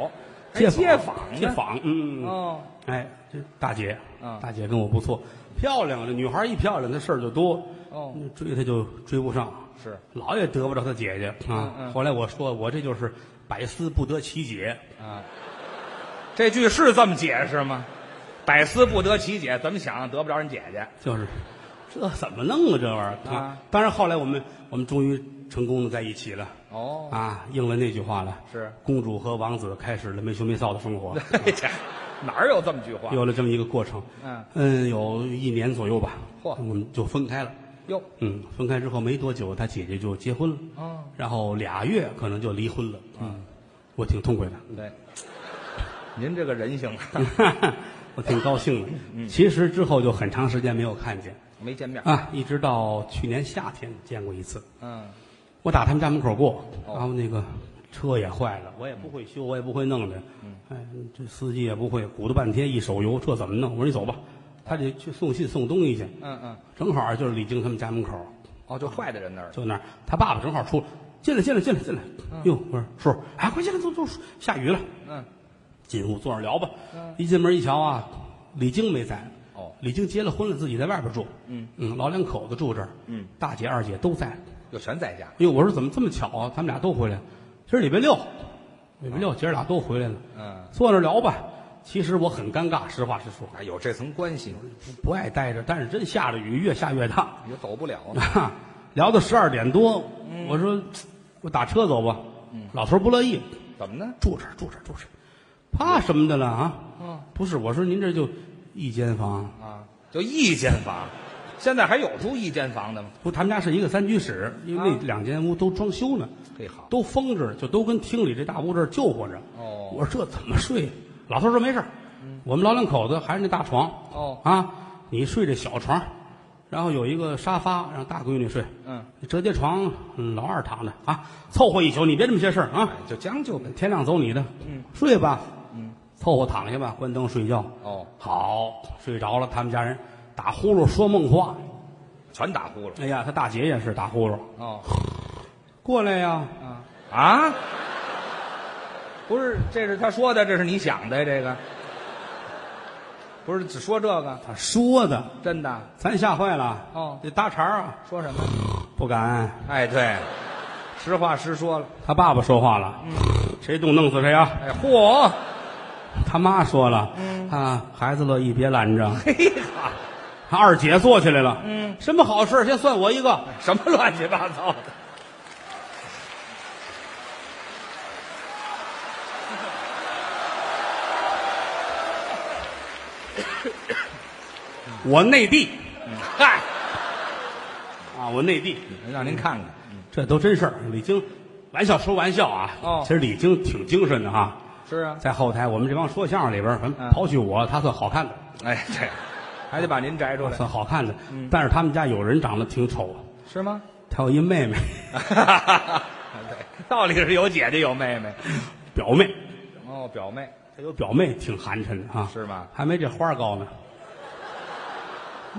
C: 哎
B: 街
C: 街
B: 坊
C: 坊，
B: 街坊，嗯，嗯
C: 哦，
B: 哎，这大姐
C: 嗯，
B: 大姐跟我不错，漂亮，这女孩一漂亮，她事儿就多，
C: 哦
B: 你追她就追不上，
C: 是
B: 老也得不着她姐姐啊
C: 嗯。
B: 后来我说，我这就是百思不得其解，
C: 啊，这句是这么解释吗？百思不得其解，怎么想得不着人姐姐？
B: 就是这怎么弄啊，这玩意儿
C: 啊！
B: 当然后来我们我们终于成功的在一起了。
C: 哦，
B: 啊，应了那句话了，
C: 是
B: 公主和王子开始了没羞没臊的生 活，
C: 哎呀，哪儿有这么句话？
B: 有了这么一个过程。
C: 嗯
B: 有一年左右吧，
C: 嚯
B: 我们就分开了。
C: 哟，
B: 嗯，分开之后没多久，他姐姐就结婚了，
C: 哦
B: 然后俩月可能就离婚了。嗯，我挺痛快的。
C: 对，您这个人性啊， 嗯
B: 我挺高兴的。其实之后就很长时间没有看见，
C: 没见面。
B: 啊，一直到去年夏天见过一次。
C: 嗯，
B: 我打他们家门口过，
C: 哦
B: 然后那个车也坏了，我也不会修，我也不会弄的。
C: 嗯
B: 哎，这司机也不会，鼓捣半天一手油，这怎么弄？我说你走吧，他得去送信送东西去。
C: 嗯嗯，
B: 正好就是李菁他们家门口，
C: 哦，就坏在人那儿了。
B: 就那儿，他爸爸正好出来，进来进来进来进来。哟，我说叔，哎，快进来，走走，下雨了。
C: 嗯，
B: 进屋坐着聊吧。一进门一瞧啊，李菁没在。
C: 哦
B: 李菁结了婚了，自己在外边住。
C: 嗯
B: 老两口子住这儿。
C: 嗯，
B: 大姐二姐都在。
C: 就全在家。
B: 哎呦，我说怎么这么巧啊？他们俩都回来了。今儿礼拜六，礼拜六姐儿俩都回来了。
C: 嗯，
B: 坐那儿聊吧。其实我很尴尬，实话实说，
C: 啊，有这层关系，
B: 不不爱待着，但是真下着雨，越下越大。
C: 也走不了。
B: 啊， 聊到十二点多，
C: 嗯
B: 我说我打车走吧。老头儿不乐意，
C: 怎么呢？
B: 住这儿住这儿住这儿，怕什么的了啊？
C: 嗯，
B: 不是，我说您这就一间房，
C: 啊，就一间房，现在还有住一间房的吗？
B: 不，他们家是一个三居室，因为
C: 啊
B: 那两间屋都装修呢，
C: 嘿，好，
B: 都封着，就都跟厅里这大屋这儿就活着。
C: 哦嗯
B: 我说这怎么睡？老头儿说没事儿，我们老两口子还是那大床。
C: 哦
B: 啊，你睡这小床，然后有一个沙发让大闺女睡。
C: 嗯，
B: 折叠床，嗯老二躺着啊，凑合一宿，你别这么些事儿啊。
C: 哎就将就呗。
B: 天亮走你的，
C: 嗯，
B: 睡吧，嗯，凑合躺下吧，关灯睡觉。
C: 哦，
B: 好，睡着了，他们家人打呼噜说梦话。
C: 全打呼噜。
B: 哎呀，他大姐也是打呼噜，
C: 哦，
B: 过来呀、嗯
C: 啊啊，不是，这是他说的，这是你想的，这个不是只说这个，
B: 他说的，
C: 真的
B: 咱吓坏了。
C: 哦
B: 得搭茬儿啊，
C: 说什么？
B: 不敢。
C: 哎，对，实话实说了。
B: 他爸爸说话了，谁动弄死谁啊！
C: 嗯哎，嚯，嗯
B: 他妈说了，啊，孩子乐意别拦着。
C: 嘿哈，
B: 他二姐坐起来了，嗯，什么好事？先算我一个。
C: 什么乱七八糟的？
B: 我内地
C: 嗨，
B: 啊，我内地，
C: 让您看看，
B: 这都真事儿。李菁，玩笑说玩笑啊，
C: 哦
B: 其实李菁挺精神的哈。
C: 是啊，
B: 在后台，我们这帮说相声里边儿，反正
C: 嗯
B: 刨去我，他算好看的，
C: 哎，对，还得把您摘出来，
B: 算好看的。
C: 嗯
B: 但是他们家有人长得挺丑，
C: 是吗？
B: 他有一妹妹，
C: 嗯对，道理是有姐姐有妹妹，
B: 表妹，
C: 哦，表妹
B: 他有表妹挺寒碜的啊，
C: 是吗？
B: 还没这花儿高呢。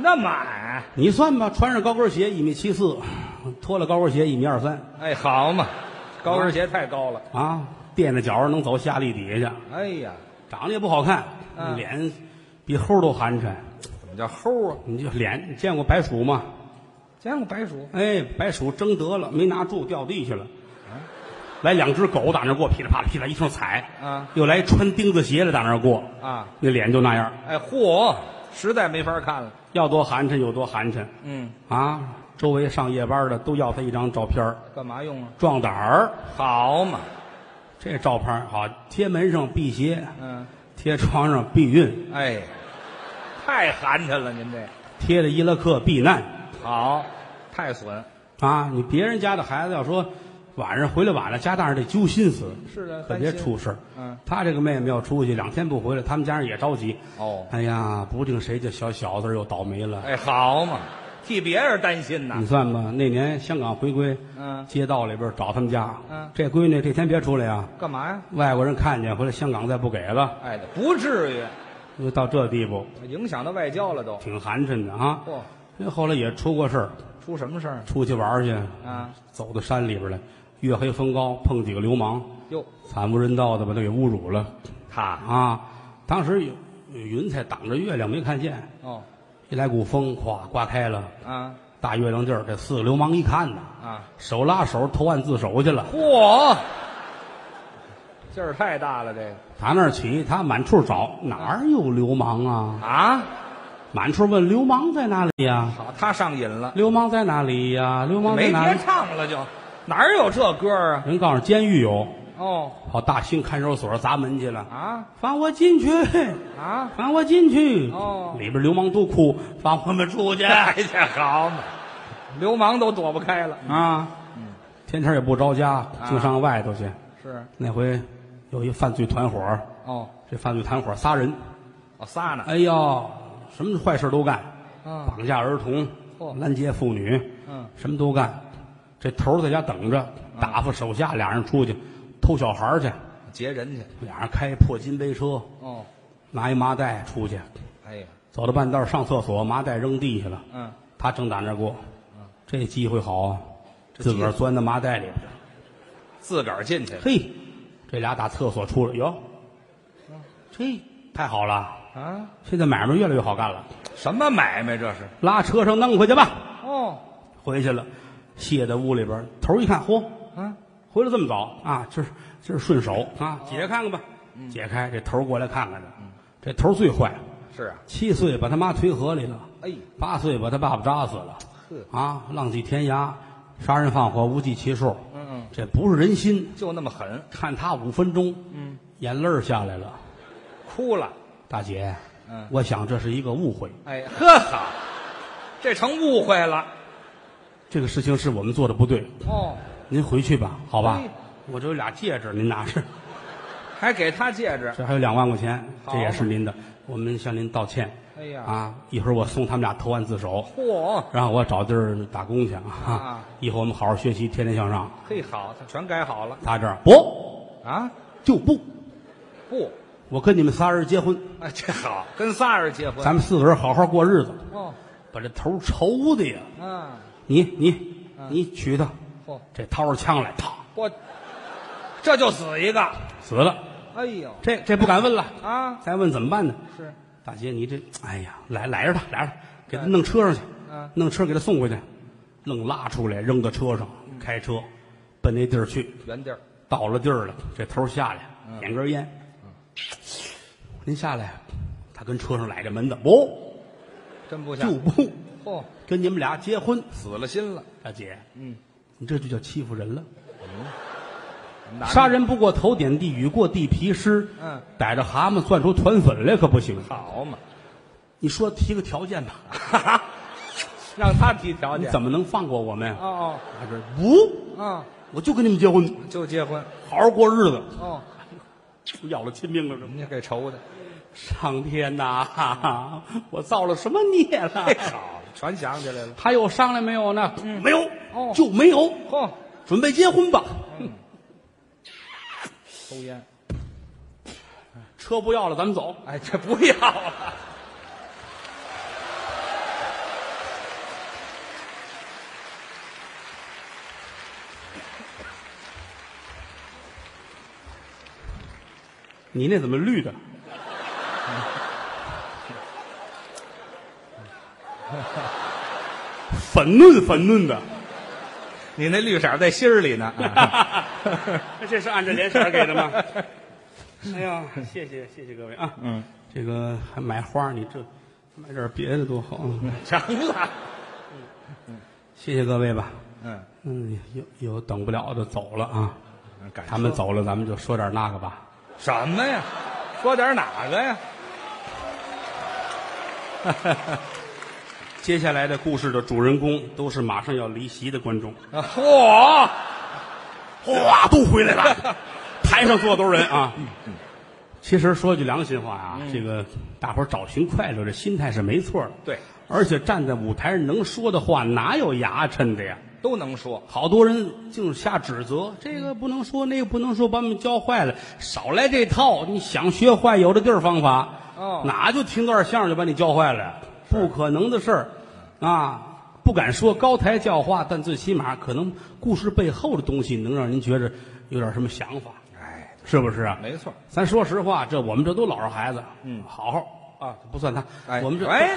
C: 那么矮，
B: 你算吧，穿上高跟鞋一米七四，脱了高跟鞋一米二三
C: 哎，好嘛，高跟鞋太高了，
B: 啊，垫着脚儿能走下地底下去，
C: 哎呀，
B: 长得也不好看，
C: 嗯
B: 脸比猴儿都寒碜。
C: 怎么叫齁啊？
B: 你就脸，你见过白鼠吗？
C: 见过白鼠？
B: 哎，白鼠争得了，没拿住，掉地下了。来两只狗打那儿过，噼里啪啦噼里啪啦一通踩。
C: 啊
B: 又来穿钉子鞋的打那儿过，
C: 啊，
B: 那脸就那样，
C: 哎，嚯，实在没法看了，
B: 要多寒碜有多寒碜
C: 嗯，
B: 啊！周围上夜班的都要他一张照片儿
C: 干嘛用啊？
B: 壮胆儿。
C: 好嘛，
B: 这照片儿好，贴门上辟邪，
C: 嗯，
B: 贴床上避孕，
C: 哎，太寒碜了，您这
B: 贴着伊拉克避难
C: 好，太损，
B: 啊！你别人家的孩子要说晚上回来晚了，家大人得揪心死，
C: 是的
B: 可别出事儿。
C: 嗯，
B: 他这个妹妹要出去两天不回来，他们家人也着急。
C: 哦，
B: 哎呀，不定谁这小小子儿又倒霉了。
C: 哎，好嘛，替别人担心呐
B: 你，算吧，那年香港回归，
C: 嗯
B: 街道里边儿找他们家，
C: 嗯
B: 这闺女这天别出来啊，
C: 干嘛呀？
B: 外国人看见回来，香港再不给了，
C: 哎，不至于，
B: 就到这地步，
C: 影响到外交了都。
B: 挺寒碜的啊。
C: 嚯、
B: 这后来也出过事儿，
C: 出什么事儿
B: 出去玩儿去，
C: 啊？
B: 走到山里边来，月黑风高，碰几个流氓，
C: 哟，
B: 惨无人道的把他给侮辱了
C: 他
B: 啊！当时有有云彩挡着月亮没看见，
C: 哦
B: 一来股风，咵刮开了，
C: 啊
B: 大月亮地儿，这四个流氓一看呐，
C: 啊！
B: 手拉手投案自首去了。
C: 嚯，劲儿太大了，这个
B: 打那儿起，他满处找，哪儿有流氓啊？
C: 啊！
B: 满处问流氓在哪里呀、
C: 好，他上瘾了，
B: 流氓在哪里呀、流氓在
C: 哦没
B: 哪
C: 别
B: 里？
C: 唱了就，哪儿有这歌儿啊？
B: 人告诉监狱有，
C: 哦
B: 跑大兴看守所砸门去了，
C: 啊
B: 放我进去，
C: 啊！
B: 放我进去。
C: 哦
B: 里边流氓都哭，放我们出去
C: 哎呀，好嘛，流氓都躲不开了，
B: 啊！天天也不着家，
C: 啊
B: 净上外头去。
C: 是
B: 那回有一犯罪团伙，
C: 哦
B: 这犯罪团伙仨人，
C: 哦仨呢，
B: 哎呦，什么坏事都干，
C: 啊
B: 绑架儿童
C: 嚯，
B: 拦截妇女，
C: 嗯，
B: 什么都干。这头儿在家等着，打发手下俩人出去偷小孩儿去，
C: 劫人去。
B: 俩人开破金杯车，
C: 哦，
B: 拿一麻袋出去，
C: 哎呀，
B: 走到半道儿上厕所，麻袋扔地下了。
C: 嗯，
B: 他正打那儿过，这机会好啊，
C: 这机
B: 自
C: 会
B: 个儿钻到麻袋里边儿。
C: 自个儿进去
B: 嘿，这俩打厕所出来，哟，这太好了，
C: 啊？
B: 现在买卖越来越好干了。
C: 什么买卖这是？
B: 拉车上弄回去吧，
C: 哦，
B: 回去了，卸在屋里边儿，头儿一看，嚯，
C: 啊，
B: 回来这么早啊，这是这是顺手啊，解开看看
C: 哦
B: 吧，
C: 嗯
B: 解开这头儿过来看看的，这头儿最坏，
C: 是啊，
B: 七岁把他妈推河里了，
C: 哎，
B: 八岁把他爸爸扎死了，
C: 呵，
B: 啊，浪迹天涯，杀人放火无计其数，
C: 嗯嗯，
B: 这不是人心。
C: 就那么狠，
B: 看他五分钟，
C: 嗯，
B: 眼泪儿下来了，
C: 哭了，
B: 大姐，
C: 嗯
B: 我想这是一个误会，
C: 哎，呵好，这成误会了。
B: 这个事情是我们做的不对，
C: 哦，
B: 您回去吧，好吧
C: 哎？
B: 我这有俩戒指，您拿着，
C: 还给他戒指。
B: 这还有两万块钱，
C: 好
B: 这也是您的，我们向您道歉。
C: 哎呀
B: 啊，一会儿我送他们俩投案自首，
C: 嚯，
B: 然后我找地儿打工去啊
C: 啊。
B: 一会儿我们好好学习，天天向上。
C: 嘿，好，他全改好了
B: 他这儿不
C: 啊？
B: 就不，
C: 不，
B: 我跟你们仨人结婚，
C: 哎，这好，跟仨人结婚。
B: 咱们四个人好好过日子，
C: 哦，
B: 把这头愁的呀！
C: 啊，
B: 你你
C: 嗯
B: 你娶她，
C: 嚯，
B: 这掏出枪来，啪
C: 我这就死一个。
B: 死了。
C: 哎呦，
B: 这这不敢问了，
C: 啊，
B: 再问怎么办呢？
C: 是，
B: 大姐，你这，哎呀，来来着吧，来着吧，给他弄车上去，
C: 嗯
B: 弄车给他送回去，愣拉出来扔到车上，
C: 嗯
B: 开车奔那地儿去。
C: 原地儿。
B: 到了地儿了，这头下来，
C: 嗯
B: 点根烟，您下来，他跟车上来这门子，不
C: 真不像
B: 就。不
C: 嚯，
B: 跟你们俩结婚，
C: 死了心了。
B: 大姐，
C: 嗯，
B: 你这就叫欺负人了。
C: 男的
B: 杀人不过头点地，雨过地皮湿。
C: 嗯，
B: 逮着蛤蟆攥出团粉来可不行。
C: 好嘛，
B: 你说提个条件吧，
C: 让他提条
B: 你
C: 件。
B: 怎么能放过我们呀？
C: 哦
B: 他说不，
C: 哦，啊，
B: 我就跟你们结婚，
C: 就结婚。
B: 好好过日子，
C: 哦，
B: 要了亲命了，这不
C: 你给愁的。
B: 上天呐， 哈哈我造了什么孽了
C: 嘿，？好，哎全想起来了。
B: 还有商量没有呢？没有，
C: 哦
B: 就没有。
C: 嚯，
B: 准备结婚吧，
C: 抽烟。
B: 车不要了，咱们走。
C: 哎，这不要了。
B: 你那怎么绿的？ 嗯粉嫩粉嫩的，
C: 你那绿色在心儿里呢。 啊
B: 这是按照脸色给的吗？哎呀，谢谢谢谢各位啊！
C: 嗯，
B: 这个还买花，你这买点别的多好啊！
C: 成了。
B: 谢谢各位吧。
C: 嗯，
B: 嗯，有有等不了的走了啊，
C: 赶
B: 他们走了，咱们就说点那个吧。
C: 什么呀？说点哪个呀？
B: 接下来的故事的主人公都是马上要离席的观众，
C: 啊嚯，
B: 哗都回来 了，台上坐多少人啊？其实说句良心话啊，这个大伙儿找寻快乐这心态是没错的，
C: 对，
B: 而且站在舞台上能说的话，哪有牙碜的呀？
C: 都能说。
B: 好多人就是瞎指责，这个不能说，那个不能说，把我们教坏了，少来这套。你想学坏，有的地儿方法。
C: 哦
B: 哪就听段相声就把你教坏了，不可能的事儿啊！不敢说高抬教化，但最起码可能故事背后的东西能让您觉着有点什么想法，
C: 哎，
B: 是不是啊？
C: 没错。
B: 咱说实话，这我们这都老实孩子，
C: 嗯
B: 好好啊，不算他，
C: 哎，
B: 我们这，
C: 哎，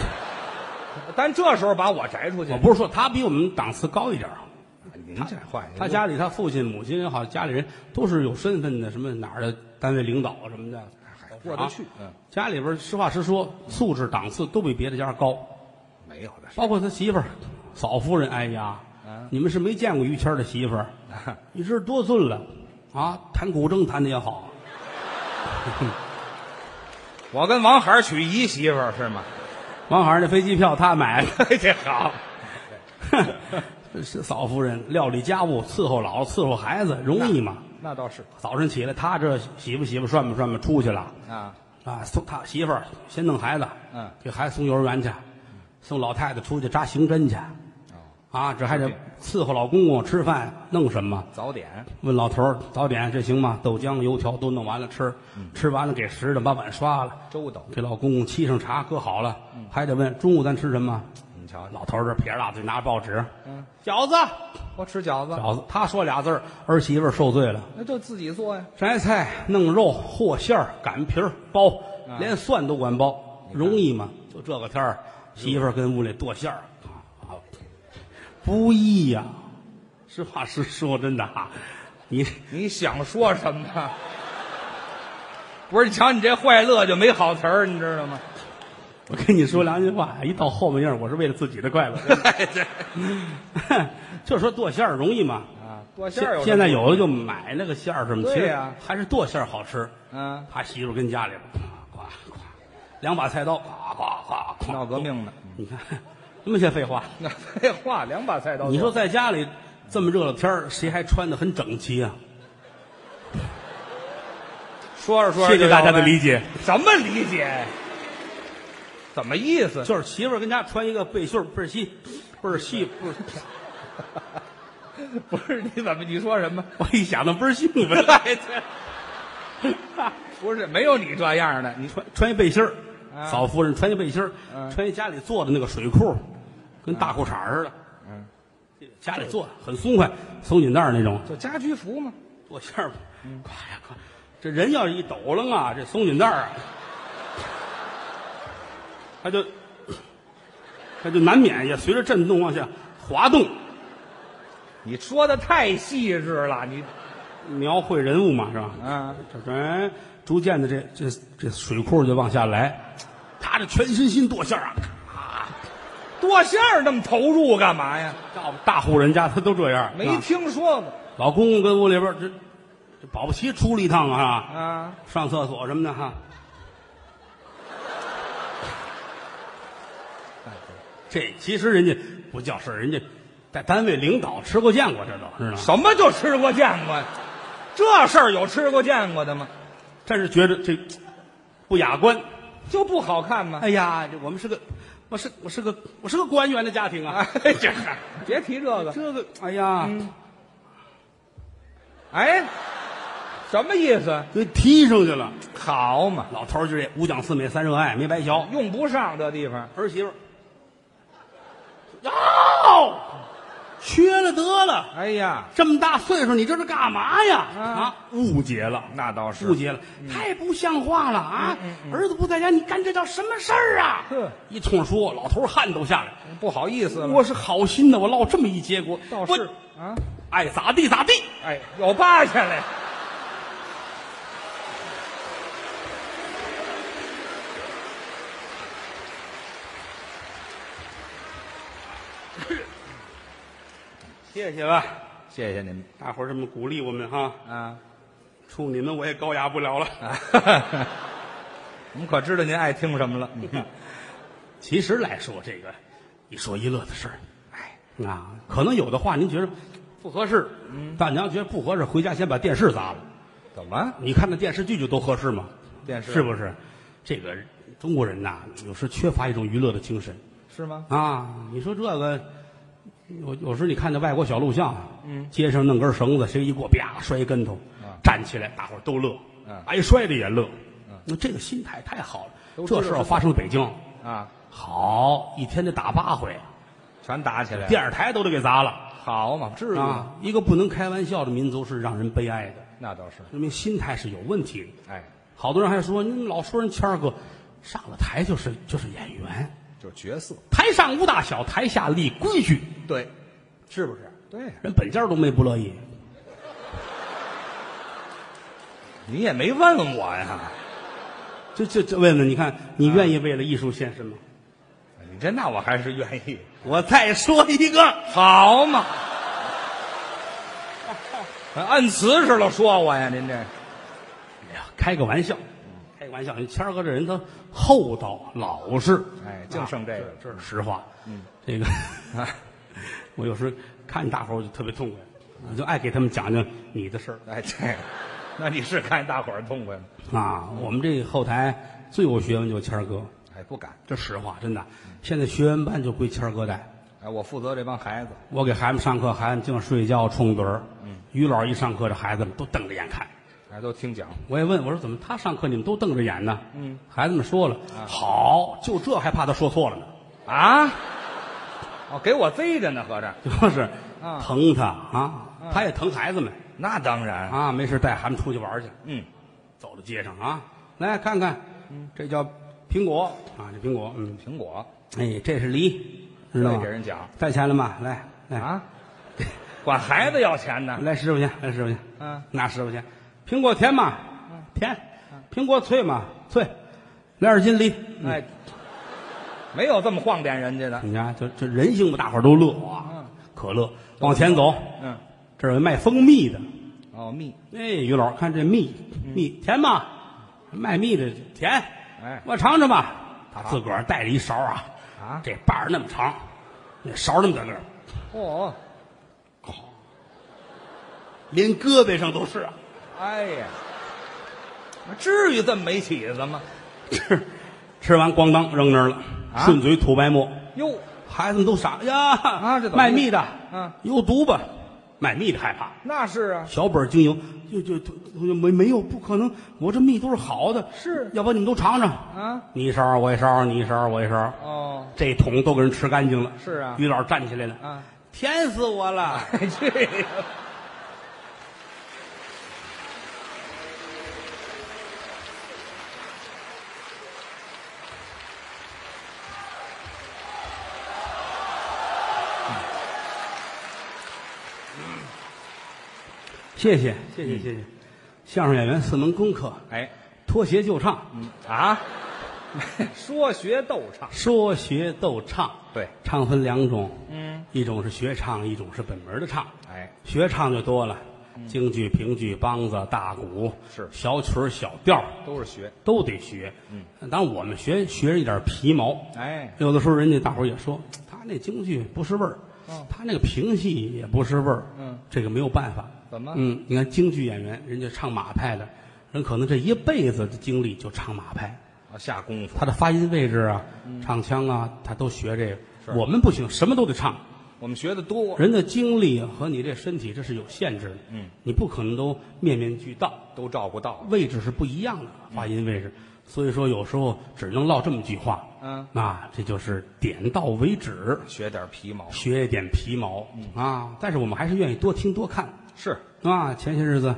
C: 但这时候把我摘出去，
B: 我不是说他比我们档次高一点儿啊。
C: 您这话，
B: 他家里他父亲、母亲也好，家里人都是有身份的，什么哪儿的单位领导什么的，
C: 哎过得去
B: 啊
C: 嗯
B: 家里边实话实说，素质档次都比别的家高，
C: 没有的事。
B: 包括他媳妇儿嫂夫人。哎呀
C: 嗯，
B: 你们是没见过于谦儿的媳妇儿，你知道多俊了啊！弹古筝弹的也好，
C: 我跟王孩儿娶姨媳妇儿是吗？
B: 王海儿那飞机票他买的。
C: 嘿这好，
B: 是嫂夫人料理家务，伺候老，伺候孩子，容易吗？
C: 那倒是
B: 早晨起来，他这洗吧洗吧，涮吧涮吧，出去了。
C: 啊。
B: 啊，送他媳妇儿先弄孩子，
C: 嗯
B: 给孩子送幼儿园去，送老太太出去扎刑针去。
C: 哦
B: 啊，这还得伺候老公公吃饭，弄什么？
C: 早点，
B: 问老头儿早点这行吗？豆浆、油条都弄完了吃，
C: 嗯
B: 吃完了给拾的，把碗刷了，
C: 周到。
B: 给老公公沏上茶，搁好了，
C: 嗯
B: 还得问中午咱吃什么？
C: 你瞧，
B: 老头儿这撇着大嘴拿着报纸，
C: 嗯，
B: 饺子，
C: 我吃饺子，
B: 饺子。他说俩字儿，儿媳妇儿受罪了。
C: 那就自己做呀。
B: 摘菜、弄肉、和馅儿、擀皮儿、包，
C: 啊
B: 连蒜都管包，容易吗？就这个天儿，媳妇儿跟屋里剁馅儿，啊不易呀、实话实说，真的啊，你
C: 你想说什么？ 不是，你瞧你这坏乐就没好词儿，你知道吗？
B: 我跟你说良心话，一到后半夜，我是为了自己的快乐。
C: 对
B: 就说剁馅儿容易吗？
C: 啊，剁馅
B: 现
C: 儿有
B: 现在有的就买那个馅儿什么，其
C: 啊对
B: 实
C: 呀
B: 还是剁馅儿好吃。
C: 嗯，
B: 他媳妇跟家里边，咵咵咵，两把菜刀，咵咵咵咵，
C: 闹革命呢。
B: 嗯你看，那么些废话。
C: 那废话，两把菜刀。
B: 你说在家里这么热的天儿，谁还穿的很整齐啊？
C: 说着说着，
B: 谢谢大家的理。解。
C: 什么理解？怎么意思？
B: 就是媳妇儿跟家穿一个背心儿倍儿细，倍儿细，倍儿……
C: 不是你怎么你说什么？
B: 我一想到倍儿兴 奋。
C: 哎，对不是没有你这样的，你
B: 穿穿一背心儿，
C: 啊
B: 嫂夫人穿一背心儿，
C: 嗯
B: 穿一家里做的那个水裤，跟大裤衩儿似的。
C: 嗯，
B: 家里做的很松快，松紧带儿那种。
C: 就家居服嘛。
B: 剁馅儿吧，咵呀咵，这人要是一抖楞啊，这松紧带儿啊，它就它就难免也随着震动往下滑动。
C: 你说的太细致了，你
B: 描绘人物嘛，是吧？
C: 啊，
B: 这人逐渐的这这这水库就往下来，他这全身心剁馅儿啊，
C: 剁馅儿那么投入干嘛呀？
B: 大大户人家他都这样。
C: 没
B: 是吧
C: 听说过
B: 老公公跟屋里边儿这这保不齐出了一趟啊，
C: 啊？
B: 上厕所什么的哈。这其实人家不叫事儿，人家在单位领导吃过见过，这都知道吗。
C: 什么就吃过见过呀？这事儿有吃过见过的吗？
B: 但是觉得这不雅观。
C: 就不好看吗？
B: 哎呀，这我们是个，我是我是个我是个官员的家庭啊。
C: 哎，这嗨别提这个，
B: 这个，哎呀，
C: 哎，什么意思？
B: 给踢上去了。
C: 好嘛，
B: 老头儿就这五讲四美三热爱，没白学。
C: 用不上这地方，
B: 儿媳妇儿，哟，缺了得了，
C: 哎呀，
B: 这么大岁数，你这是干嘛呀？
C: 啊
B: 啊，误解了，
C: 那倒是嗯
B: 误解了，太不像话了啊！儿子不在家，你干这叫什么事儿啊
C: 哼？
B: 一通说，老头儿汗都下来。
C: 不好意思了。
B: 我是好心的，我落这么一结果，
C: 嗯倒
B: 我
C: 是啊，
B: 爱咋地咋地。
C: 哎，有扒下来。
B: 谢谢吧，
C: 谢谢您们
B: 大伙儿这么鼓励我们哈，
C: 啊！
B: 冲你们我也高雅不了了。
C: 我们可知道啊 您爱听什么 了。嗯
B: 其实来说，这个一说一乐的事儿
C: 哎，
B: 啊，可能有的话您觉得不合适，
C: 嗯
B: 大娘觉得不合适，回家先把电视砸了。
C: 怎么？
B: 你看那电视剧就都合适吗？
C: 电视
B: 是不是？这个中国人呐，有时缺乏一种娱乐的精神
C: 是吗？
B: 啊。你说这个，有有时你看那外国小录像，嗯，街上弄根绳子，谁一过，啪摔一跟头，站起来，大伙儿都乐
C: 啊嗯，
B: 挨摔的也乐。那这个心态太好了。
C: 都知道
B: 这事儿发生在北京，
C: 啊，
B: 好，一天得打八回，
C: 全打起来了。
B: 电视台都得给砸了
C: 好嘛，至于吗？
B: 啊！一个不能开玩笑的民族是让人悲哀的，
C: 那倒是。
B: 说明心态是有问题的。
C: 哎，
B: 好多人还说，你们老说人谦儿哥上了台就是就是演员，
C: 就是角色。
B: 台上无大小，台下立规矩，
C: 对，
B: 是不是？
C: 对，
B: 人本家都没不乐意，
C: 你也没问我呀。
B: 这这这问问你看，你愿意为了艺术献身吗？
C: 你这那我还是愿意。
B: 我再说一个，
C: 好 嘛，按瓷实了说我呀，您这
B: 哎呀，开个玩笑，开个玩笑，谦儿哥这人他厚道老实，
C: 哎净剩这个
B: 啊这这是实话。嗯，这个， 我有时候看大伙儿我就特别痛快，我就爱给他们讲讲你的事儿
C: 哎这，那你是看大伙儿痛快吗？
B: 啊。我们这后台最有学问就是谦儿哥，
C: 哎，不敢。
B: 这实话，真的。现在学员班就归谦儿哥带，
C: 哎，我负责这帮孩子。
B: 我给孩子们上课，孩子们净睡觉冲盹儿。
C: 嗯
B: 于老一上课，这孩子们都瞪着眼看。
C: 哎，都听讲，
B: 我也问我说怎么他上课你们都瞪着眼呢？
C: 嗯，
B: 孩子们说了，好，就这还怕他说错了呢？
C: 啊，哦，给我贼着呢，合着。
B: 就是
C: 啊
B: 疼他啊，他也疼孩子们
C: 那当然，
B: 啊，没事带孩子们出去玩去，
C: 嗯，
B: 走到街上啊，来看看，这叫苹果啊，这苹果，嗯，
C: 苹果，
B: 哎，这是梨，知道
C: 得
B: 吗
C: 给？人讲
B: 带钱了吗？来来，
C: 啊，管孩子要钱呢。
B: 啊来十块钱，来十块钱，
C: 嗯，
B: 拿十块钱，苹果甜吗？甜，苹果脆吗？脆，来二斤梨，
C: 哎，没有这么晃点人家的。
B: 你看，这这人性嘛，大伙儿都乐哇
C: 嗯，
B: 可乐。往前走，
C: 嗯，
B: 这儿有卖蜂蜜的。
C: 哦，蜜，
B: 哎，于老，看这蜜，
C: 嗯
B: 蜜甜吗？卖蜜的甜。
C: 哎
B: 我尝尝吧。他自个儿带着一勺啊，
C: 啊
B: 这把儿那么长，那勺那么大个儿，
C: 哦，
B: 连胳膊上都是啊。
C: 哎呀，至于这么没起子吗？
B: 吃，吃完咣当扔那儿了，
C: 啊
B: 顺嘴吐白沫。
C: 哟，
B: 孩子们都傻呀！啊
C: 这怎么
B: 卖蜜的，
C: 嗯
B: 有毒吧？卖蜜的害怕。
C: 那是啊，
B: 小本经营，就就就就没没有不可能，我这蜜都是好的，
C: 是
B: 要不你们都尝尝
C: 啊，
B: 你一勺我一勺，你一勺我一勺，
C: 哦，
B: 这桶都给人吃干净了。
C: 是啊
B: 于老师站起来了，
C: 啊，
B: 甜死我了！
C: 这个
B: 嗯谢谢谢谢谢谢，相声演员四门功课，
C: 哎，
B: 脱鞋就唱，
C: 嗯啊， 说学逗唱，
B: 说学逗唱，
C: 对，
B: 唱分两种，
C: 嗯，
B: 一种是学唱，一种是本门的唱。
C: 哎，
B: 学唱就多了，京剧、评剧、梆子、大鼓
C: 嗯是
B: 小曲儿小调儿
C: 都是学，
B: 都得学。嗯，当然我们学学着一点皮毛。
C: 哎，
B: 有的时候人家大伙儿也说他那京剧不是味儿，他那个评戏也不是味儿。
C: 嗯，
B: 这个没有办法。
C: 怎么
B: 嗯，你看京剧演员，人家唱马派的，人可能这一辈子的经历就唱马派，
C: 啊下功夫，
B: 他的发音位置啊、
C: 嗯
B: 唱腔啊，他都学这个。我们不行，什么都得唱。
C: 我们学的多，
B: 人的精力和你这身体这是有限制的，
C: 嗯，
B: 你不可能都面面俱到，
C: 都照顾到，
B: 位置是不一样的，发音位置，所以说有时候只能唠这么句话，
C: 嗯，
B: 啊，这就是点到为止，
C: 学点皮毛，
B: 学一点皮毛、
C: 嗯
B: 啊，但是我们还是愿意多听多看
C: 是，
B: 啊。前些日子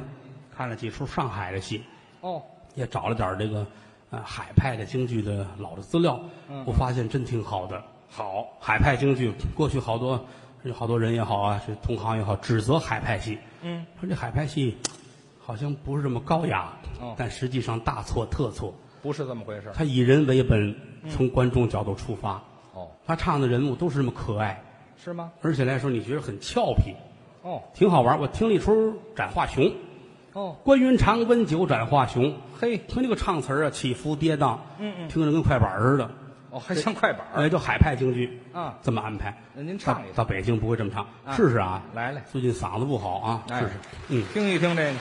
B: 看了几出上海的戏，
C: 哦，
B: 也找了点儿这个呃海派的京剧的老的资料，
C: 嗯
B: 我发现真挺好的。好，海派京剧过去好多有好多人也好啊，是同行也好，指责海派戏，
C: 嗯，
B: 说这海派戏好像不是这么高雅，
C: 哦嗯
B: 但实际上大错特错。
C: 不是这么回事儿，
B: 他以人为本，
C: 嗯
B: 从观众角度出发，
C: 哦，
B: 他唱的人物都是那么可爱，
C: 是吗？
B: 而且来说你觉得很俏皮，
C: 哦，
B: 挺好玩。我听了一出《斩华雄》，
C: 哦，
B: 关云长温酒斩华雄，
C: 嘿，
B: 他那个唱词儿啊，起伏跌宕，
C: 嗯嗯
B: 听着跟快板儿似的，
C: 哦，还像快板儿，
B: 哎，就海派京剧
C: 啊
B: 这么安排。
C: 那您唱一
B: 到
C: 下
B: 到北京不会这么唱，
C: 啊
B: 试试啊！
C: 来来
B: 最近嗓子不好啊，
C: 哎
B: 试试。嗯，
C: 听一听这个，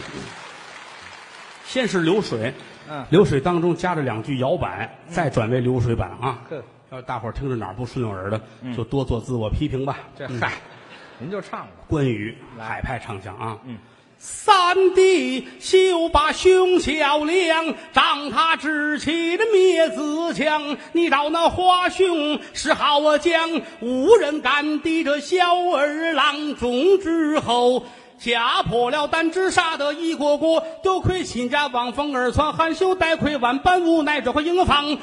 B: 先是流水，
C: 嗯
B: 流水当中夹着两句摇板，再转为流水板啊。
C: 呵，嗯
B: 要是大伙儿听着哪儿不顺耳的，就多做自我批评吧。
C: 这
B: 嗯
C: 嗨，您就唱吧，
B: 关羽海派唱腔啊，
C: 嗯，
B: 三弟休把胸小量，仗他志气的灭子强。你到那华雄是好将，无人敢敌这萧二郎。总之后。吓破了胆汁，杀得一锅锅。多亏秦家王风二窜，含羞带愧万般无奈，这回迎访关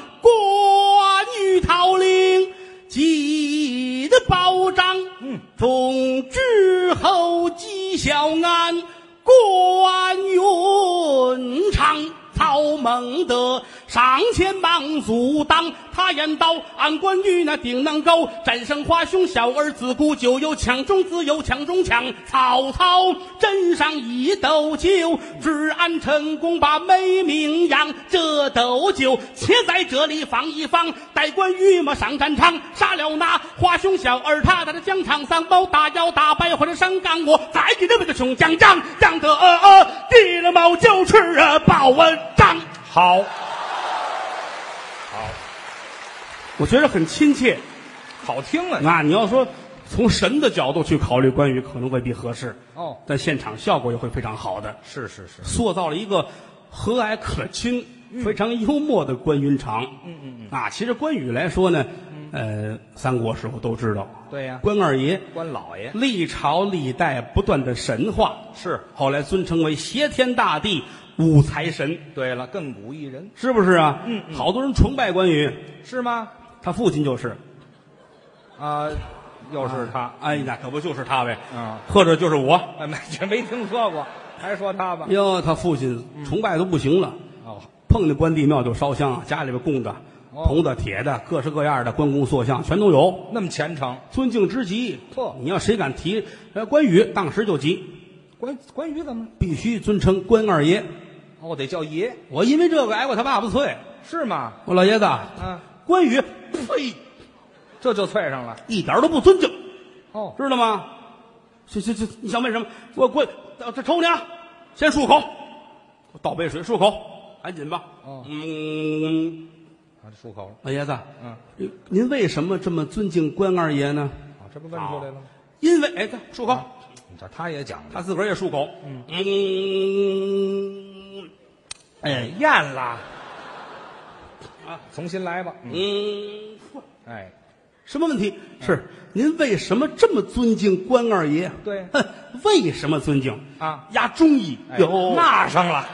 B: 羽逃令。记得保障，嗯，总之后纪晓安、关云长、曹孟德上前忙阻挡，他言道：“俺关羽那定能高，战胜华雄小儿自古就有，抢中自有抢中抢。曹操斟上一斗酒，治安成功把美名扬。这斗酒且在这里放一放，待关羽嘛上战场，杀了那华雄小儿他，在这疆场上包打腰打败或者上岗我，再给他们的熊将将让得呃呃地了猫就吃啊爆啊张。
C: 好，好，
B: 我觉得很亲切。
C: 好听啊！
B: 那你要说从神的角度去考虑关羽，可能未必合适
C: 哦
B: 但现场效果也会非常好的，
C: 是是是，
B: 塑造了一个和蔼可亲、非常幽默的关云长。嗯嗯嗯。啊，其实关羽来说呢，呃，三国时候都知道，
C: 对呀
B: 关二爷
C: 关老爷
B: 历朝历代不断的神话，
C: 是。
B: 后来尊称为挟天大地、五财神，
C: 对了，亘古一人
B: 是不是啊？嗯，好多人崇拜关羽，
C: 是吗？
B: 他父亲就是，
C: 啊，又是他，
B: 哎，那可不就是他呗？
C: 啊，
B: 或者就是我。
C: 哎，没这没听说过，还说他吧？
B: 哟，哎他父
C: 嗯
B: 亲崇拜都不行了，
C: 哦，
B: 碰见关帝庙就烧香，家里边供的
C: 哦
B: 铜的、铁的，各式各样的关公塑像全都有，
C: 那么虔诚，
B: 尊敬之极。
C: 嚯
B: 你要谁敢提呃关羽，当时就急，
C: 关关羽怎么？
B: 必须尊称关二爷。
C: 哦，得叫爷
B: 我因为这个挨过他爸爸的啐，
C: 是吗？
B: 我老爷子，
C: 啊，
B: 关羽，呸，
C: 这就催上了。
B: 一点都不尊敬。
C: 哦，
B: 知道吗？这这这，你想为什么？我滚！我这抽你啊！先漱口，我倒杯水漱口，赶紧吧。
C: 哦
B: 嗯，
C: 啊，这漱口了。
B: 老爷子，
C: 嗯，
B: 您为什么这么尊敬关二爷呢？
C: 啊，这不问出来了吗？
B: 因为哎，漱口，
C: 你这他也讲究，
B: 他自个儿也嗯漱口。嗯，哎，咽了。
C: 重新来吧。嗯，
B: 嗯，
C: 哎，
B: 什么问题？是您为什么这么尊敬关二爷？
C: 对
B: 哼，为什么尊敬
C: 啊？
B: 压中医
C: 哎
B: 有
C: 骂上了。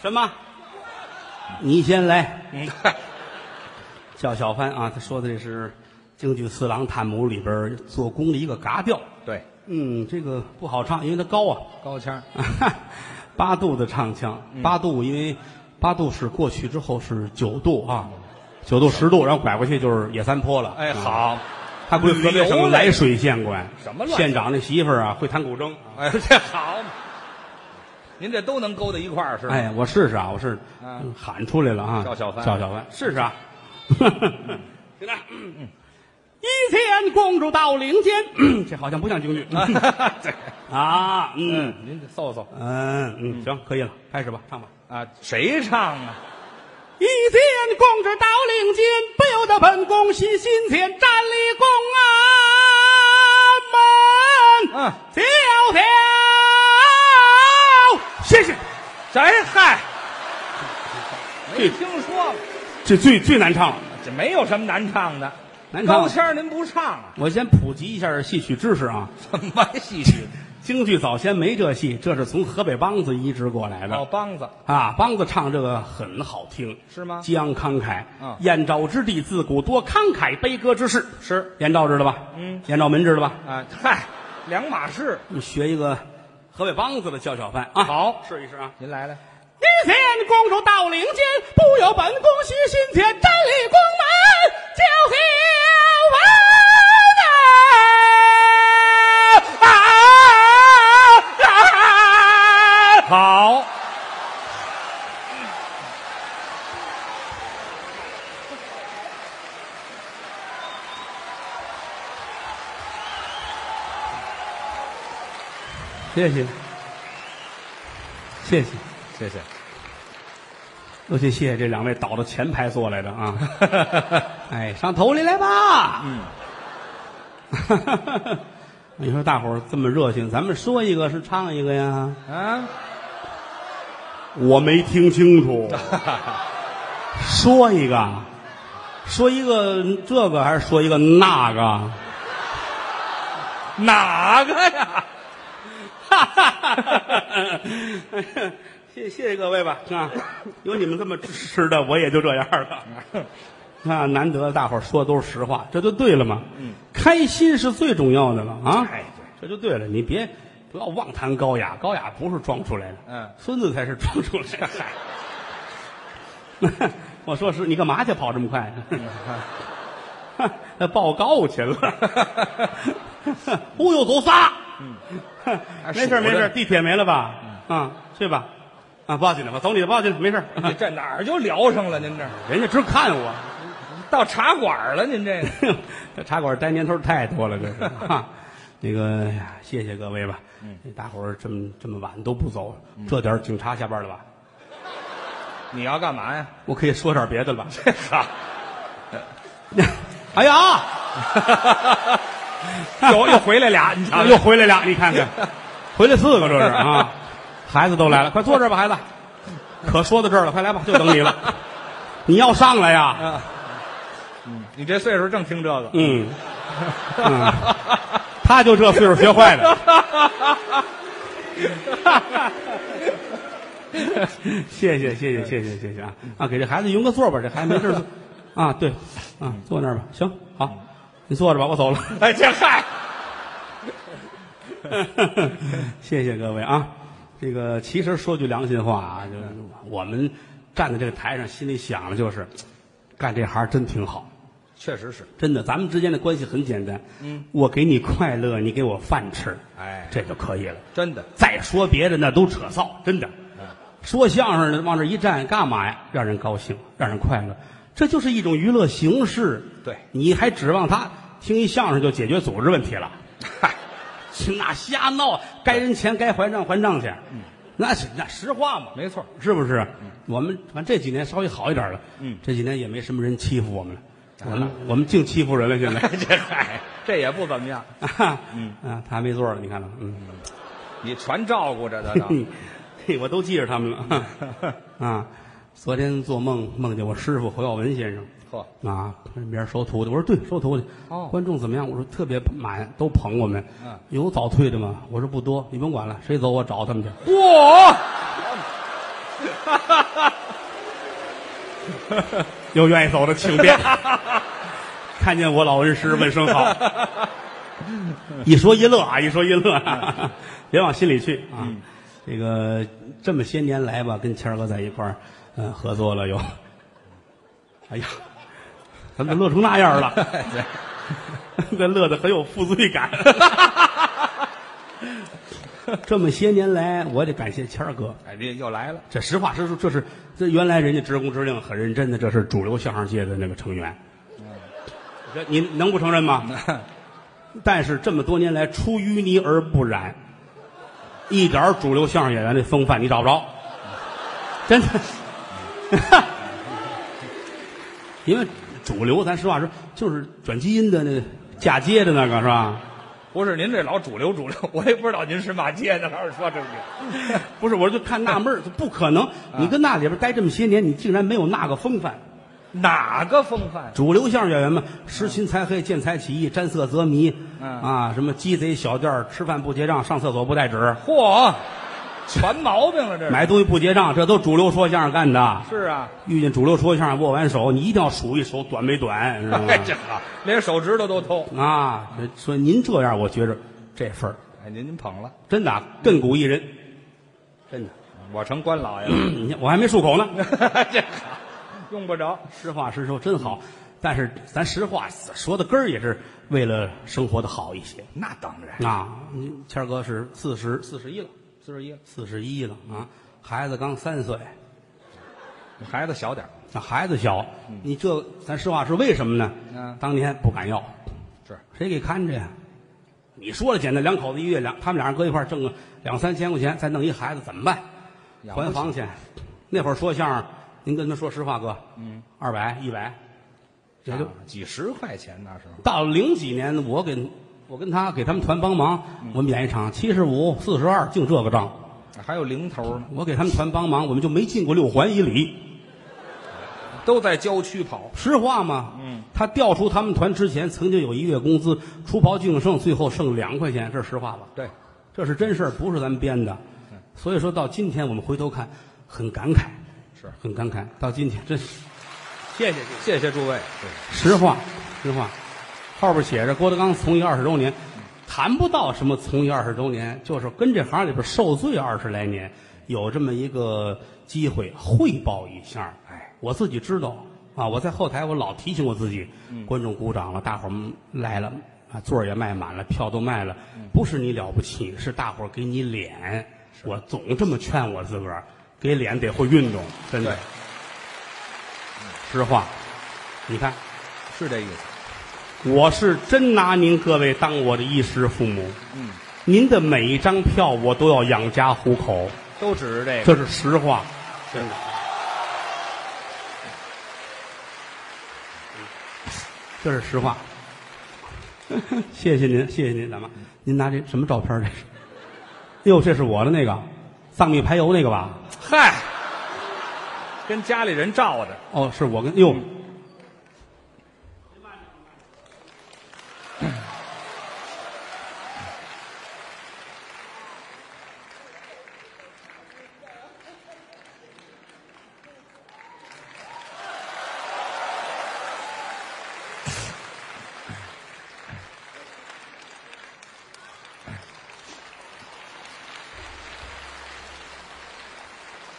B: 什么？你先来。
C: 嗯，
B: 叫小帆啊，他说的这是京剧《四郎探母》里边做工的一个嘎调。
C: 对，
B: 嗯，这个不好唱，因为它高啊，
C: 高腔。
B: 八度的唱腔，
C: 嗯
B: 八度，因为八度是过去之后是九度啊，九度十度，然后拐过去就是野三坡了。
C: 哎，
B: 嗯，
C: 好，
B: 他归河北省涞水县管。
C: 什么乱七
B: 县长那媳妇儿啊，会弹古筝。
C: 哎，这好嘛，您这都能勾到一块儿是吧？
B: 哎，我试试啊，我试试，
C: 嗯
B: 嗯喊出来了啊！
C: 赵小帆
B: 赵小帆，试试啊！ 现在，嗯一天公主到领间，嗯这好像不像 京剧
C: 啊， 对，
B: 啊！嗯
C: 您得搜搜
B: 嗯嗯，行，可以了，开始吧，唱吧。
C: 啊，谁唱啊？
B: 一见公主到领间，不由得本宫喜心间，站立宫啊安门，
C: 嗯
B: 迢迢，谢谢。
C: 谁嗨？ 没听说过，
B: 这最最难唱了，
C: 这没有什么难唱的。
B: 难唱
C: 高腔儿您不唱啊？
B: 我先普及一下戏曲知识啊。
C: 什么戏曲？
B: 京剧早先没这戏，这是从河北梆子移植过来的。
C: 哦，梆子
B: 啊，梆子唱这个很好听，
C: 是吗
B: 激昂慷慨，
C: 嗯
B: 燕赵之地自古多慷慨悲歌之士。
C: 是
B: 燕赵知道吧？
C: 嗯，
B: 燕赵门知道吧？
C: 啊，嗨，两码事。
B: 你学一个河北梆子的叫小范啊，
C: 好
B: 试一试啊。
C: 您来了，
B: 一天公主到领间，不由本宫喜心间，站立宫门叫小啊
C: 好，
B: 谢谢，谢谢，
C: 谢谢。
B: 尤其谢谢这两位倒到前排坐来的啊！哎，上头里来吧。嗯， 你说大伙儿这么热情，咱们说一个是唱一个呀？
C: 啊，
B: 我没听清 楚，说一个，说一个这个还是说一个那个？
C: 哪个呀？
B: 哈哈哈！ 谢谢谢各位吧啊！有你们这么支持的，我也就这样 了。那难得大伙儿说的都是实话，这就对了嘛。嗯，开心是最重要的了啊！
C: 哎
B: 这就对了，你别不要妄谈高雅，高雅不是装出来的，
C: 嗯
B: 孙子才是装出来的。 我说是你干嘛去跑这么快？ 那报告去了，忽悠走仨。
C: 嗯还
B: 没事儿
C: 数
B: 没事
C: 着
B: 儿，
C: 呢嗯
B: 地铁没了吧？啊，去吧， 啊，报警了吧，走你的，报警了，没事儿。
C: 这哪儿就聊上了？您这
B: 人家直看我，
C: 到茶馆了，您这个
B: 这茶馆待年头太多了，这是啊。那个，哎呀谢谢各位吧。大伙儿这么这么晚都不走，这点儿警察下班了吧？
C: 你要干嘛呀？
B: 我可以说点别的了吧？
C: 哈，
B: 哎呀，
C: 又又回来俩，你瞧
B: 又回来俩，你看看，回来四个这是啊，孩子都来了，快坐这儿吧，孩子。可说到这儿了，快来吧，就等你了。你要上来呀？
C: 你这岁数正听这个，
B: 嗯，嗯他就这岁数学坏的。 谢谢谢谢谢谢谢谢啊啊！给这孩子匀个座吧，这孩子没事儿坐啊，对啊，坐那儿吧。行，好，你坐着吧，我走了。
C: 哎，这嗨，
B: 谢谢各位啊！这个其实说句良心话啊，就是我们站在这个台上，心里想的就是，干这行真挺好，
C: 确实是，
B: 真的，咱们之间的关系很简单。嗯，我给你快乐，你给我饭吃，
C: 哎
B: 这就可以了。
C: 真的，
B: 再说别的那都扯臊，真的。
C: 嗯
B: 说相声的往这一站干嘛呀？让人高兴，让人快乐，这就是一种娱乐形式。
C: 对
B: 你还指望他听一相声就解决组织问题了？
C: 嗨，
B: 那瞎闹，该人钱该还账还账去，
C: 嗯
B: 那是那实话嘛，
C: 没错，
B: 是不是？我们反正这几年稍微好一点了，
C: 嗯啊
B: 这几年也没什么人欺负我们了，我们我们净欺负人了，现在
C: 这嗯嗨，哎这也不怎么样，
B: 啊，啊，他还没座儿了，你看到吗？嗯，
C: 你全照顾着的呢，
B: 嘿，我都记着他们 了啊。昨天做梦梦见我师傅侯耀文先生，
C: 呵，
B: 啊，明儿收徒弟，我说对，收徒弟。
C: 哦
B: 观众怎么样？我说特别满，都捧我们。
C: 嗯
B: 有早退的吗？我说不多，你甭管了，谁走我找他们去。
C: 嚯，
B: 有愿意走的请便。 看见我老恩师问声好，一说一乐啊，一说一乐、啊，别往心里去啊。这个这么些年来吧，跟谦儿哥在一块儿，嗯、合作了有，哎呀，咱们乐成那样了，这乐的很有负罪感。 这么些年来，我得感谢谦儿哥，
C: 哎，这又来了，
B: 这实话实说，这是这原来人家职工之令很认真的，这是主流相声界的那个成员。这你能不承认吗？ 但是这么多年来，出淤泥而不染，一点儿主流相声演员的风范你找不 着，真的。 因为主流，咱实话说，就是转基因的那个嫁接的那个是吧？
C: 不是您这老主流主流，我也不知道您是骂街的还是说正经，
B: 不是，我就看纳闷儿， 啊不可能，你跟那里边待这么些年，你竟然没有那个风范。
C: 哪个风范？啊
B: 主流相声演员嘛，识秦才黑，见财起意，沾色则迷，
C: 嗯
B: 啊，什么鸡贼小店儿吃饭不结账，上厕所不带纸，
C: 嚯，全毛病了这是，
B: 买东西不结账，这都主流说相声干的。
C: 是啊，
B: 遇见主流说相声，握完手，你一定要数一手短没短，知道吗？
C: 哎， 这好，连手指头都偷，
B: 啊，说您这样，我觉着这份儿
C: 哎，您您捧了，
B: 真的啊 亘古一人，真的。
C: 我成官老爷了，
B: 你看我还没漱口呢。
C: 这好，用不着，
B: 实话实说，真好。但是咱实话说到根儿，也是为了生活的好一些
C: 那当然，
B: 啊。你谦儿哥是四十四十一了。
C: 四十一了，
B: 四十一了啊，孩子刚三岁，
C: 孩子小点儿
B: 那孩子小，你这咱实话是为什么呢？
C: 嗯
B: 当年不敢要，
C: 是
B: 谁给看着呀？你说了简单，两口子一月两，他们俩人搁一块儿挣个两三千块钱，再弄一孩子怎么办？
C: 养不起
B: 还房钱。那会儿说相声，您跟他说实话，哥，嗯，二百一百，也就
C: 啊几十块钱那时候，
B: 到零几年，我给我跟他给他们团帮忙，
C: 嗯
B: 我们演一场七十五、四十二，净这个账。
C: 还有零头呢，
B: 我给他们团帮忙，我们就没进过六环以里。
C: 都在郊区跑，
B: 实话嘛，
C: 嗯，
B: 他调出他们团之前，曾经有一月工资出刨净剩，最后剩两块钱，这是实话吧？
C: 对，
B: 这是真事儿，不是咱们编的。
C: 嗯
B: 所以说到今天，我们回头看，很感慨，
C: 是
B: 很感慨。到今天，真是谢谢谢
C: 谢谢诸位，
B: 实话，实话，后边写着郭德纲从艺二十周年，谈不到什么从艺二十周年，就是跟这行里边受罪二十来年，有这么一个机会汇报一下。
C: 哎，
B: 我自己知道啊，我在后台我老提醒我自己，观众鼓掌了，大伙儿们来了啊，座儿也卖满了，票都卖了，不是你了不起，是大伙儿给你脸。我总这么劝我自个儿，给脸得会运动，真的
C: 对。
B: 实话，你看，
C: 是这意思。
B: 我是真拿您各位当我的衣食父母，
C: 嗯，
B: 您的每一张票我都要养家糊口，
C: 都指着这个。
B: 这是实话。
C: 真的
B: 这是实话。 谢谢您，谢谢您，大妈。您拿这什么照片儿？这是？哟，这是我的那个藏秘排油那个吧？
C: 嗨，跟家里人照的。
B: 哦，是我跟哟，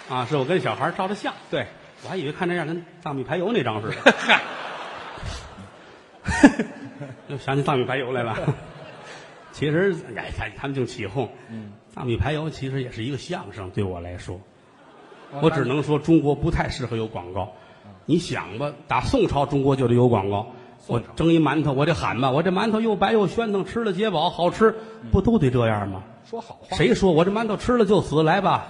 B: 啊，是我跟小孩儿照的相。
C: 对，
B: 我还以为看这样跟藏秘排油那张似的，
C: 嗨，
B: 又想起藏秘排油来了。其实，哎，他他们就起哄。藏秘排油其实也是一个相声，对我来说，
C: 啊
B: 我只能说中国不太适合有广告。你想吧，打宋朝中国就得有广告。我蒸一馒头，我得喊吧，我这馒头又白又喧腾，吃了解饱，好吃，不都得这样吗？
C: 说好话，
B: 谁说我这馒头吃了就死？来吧，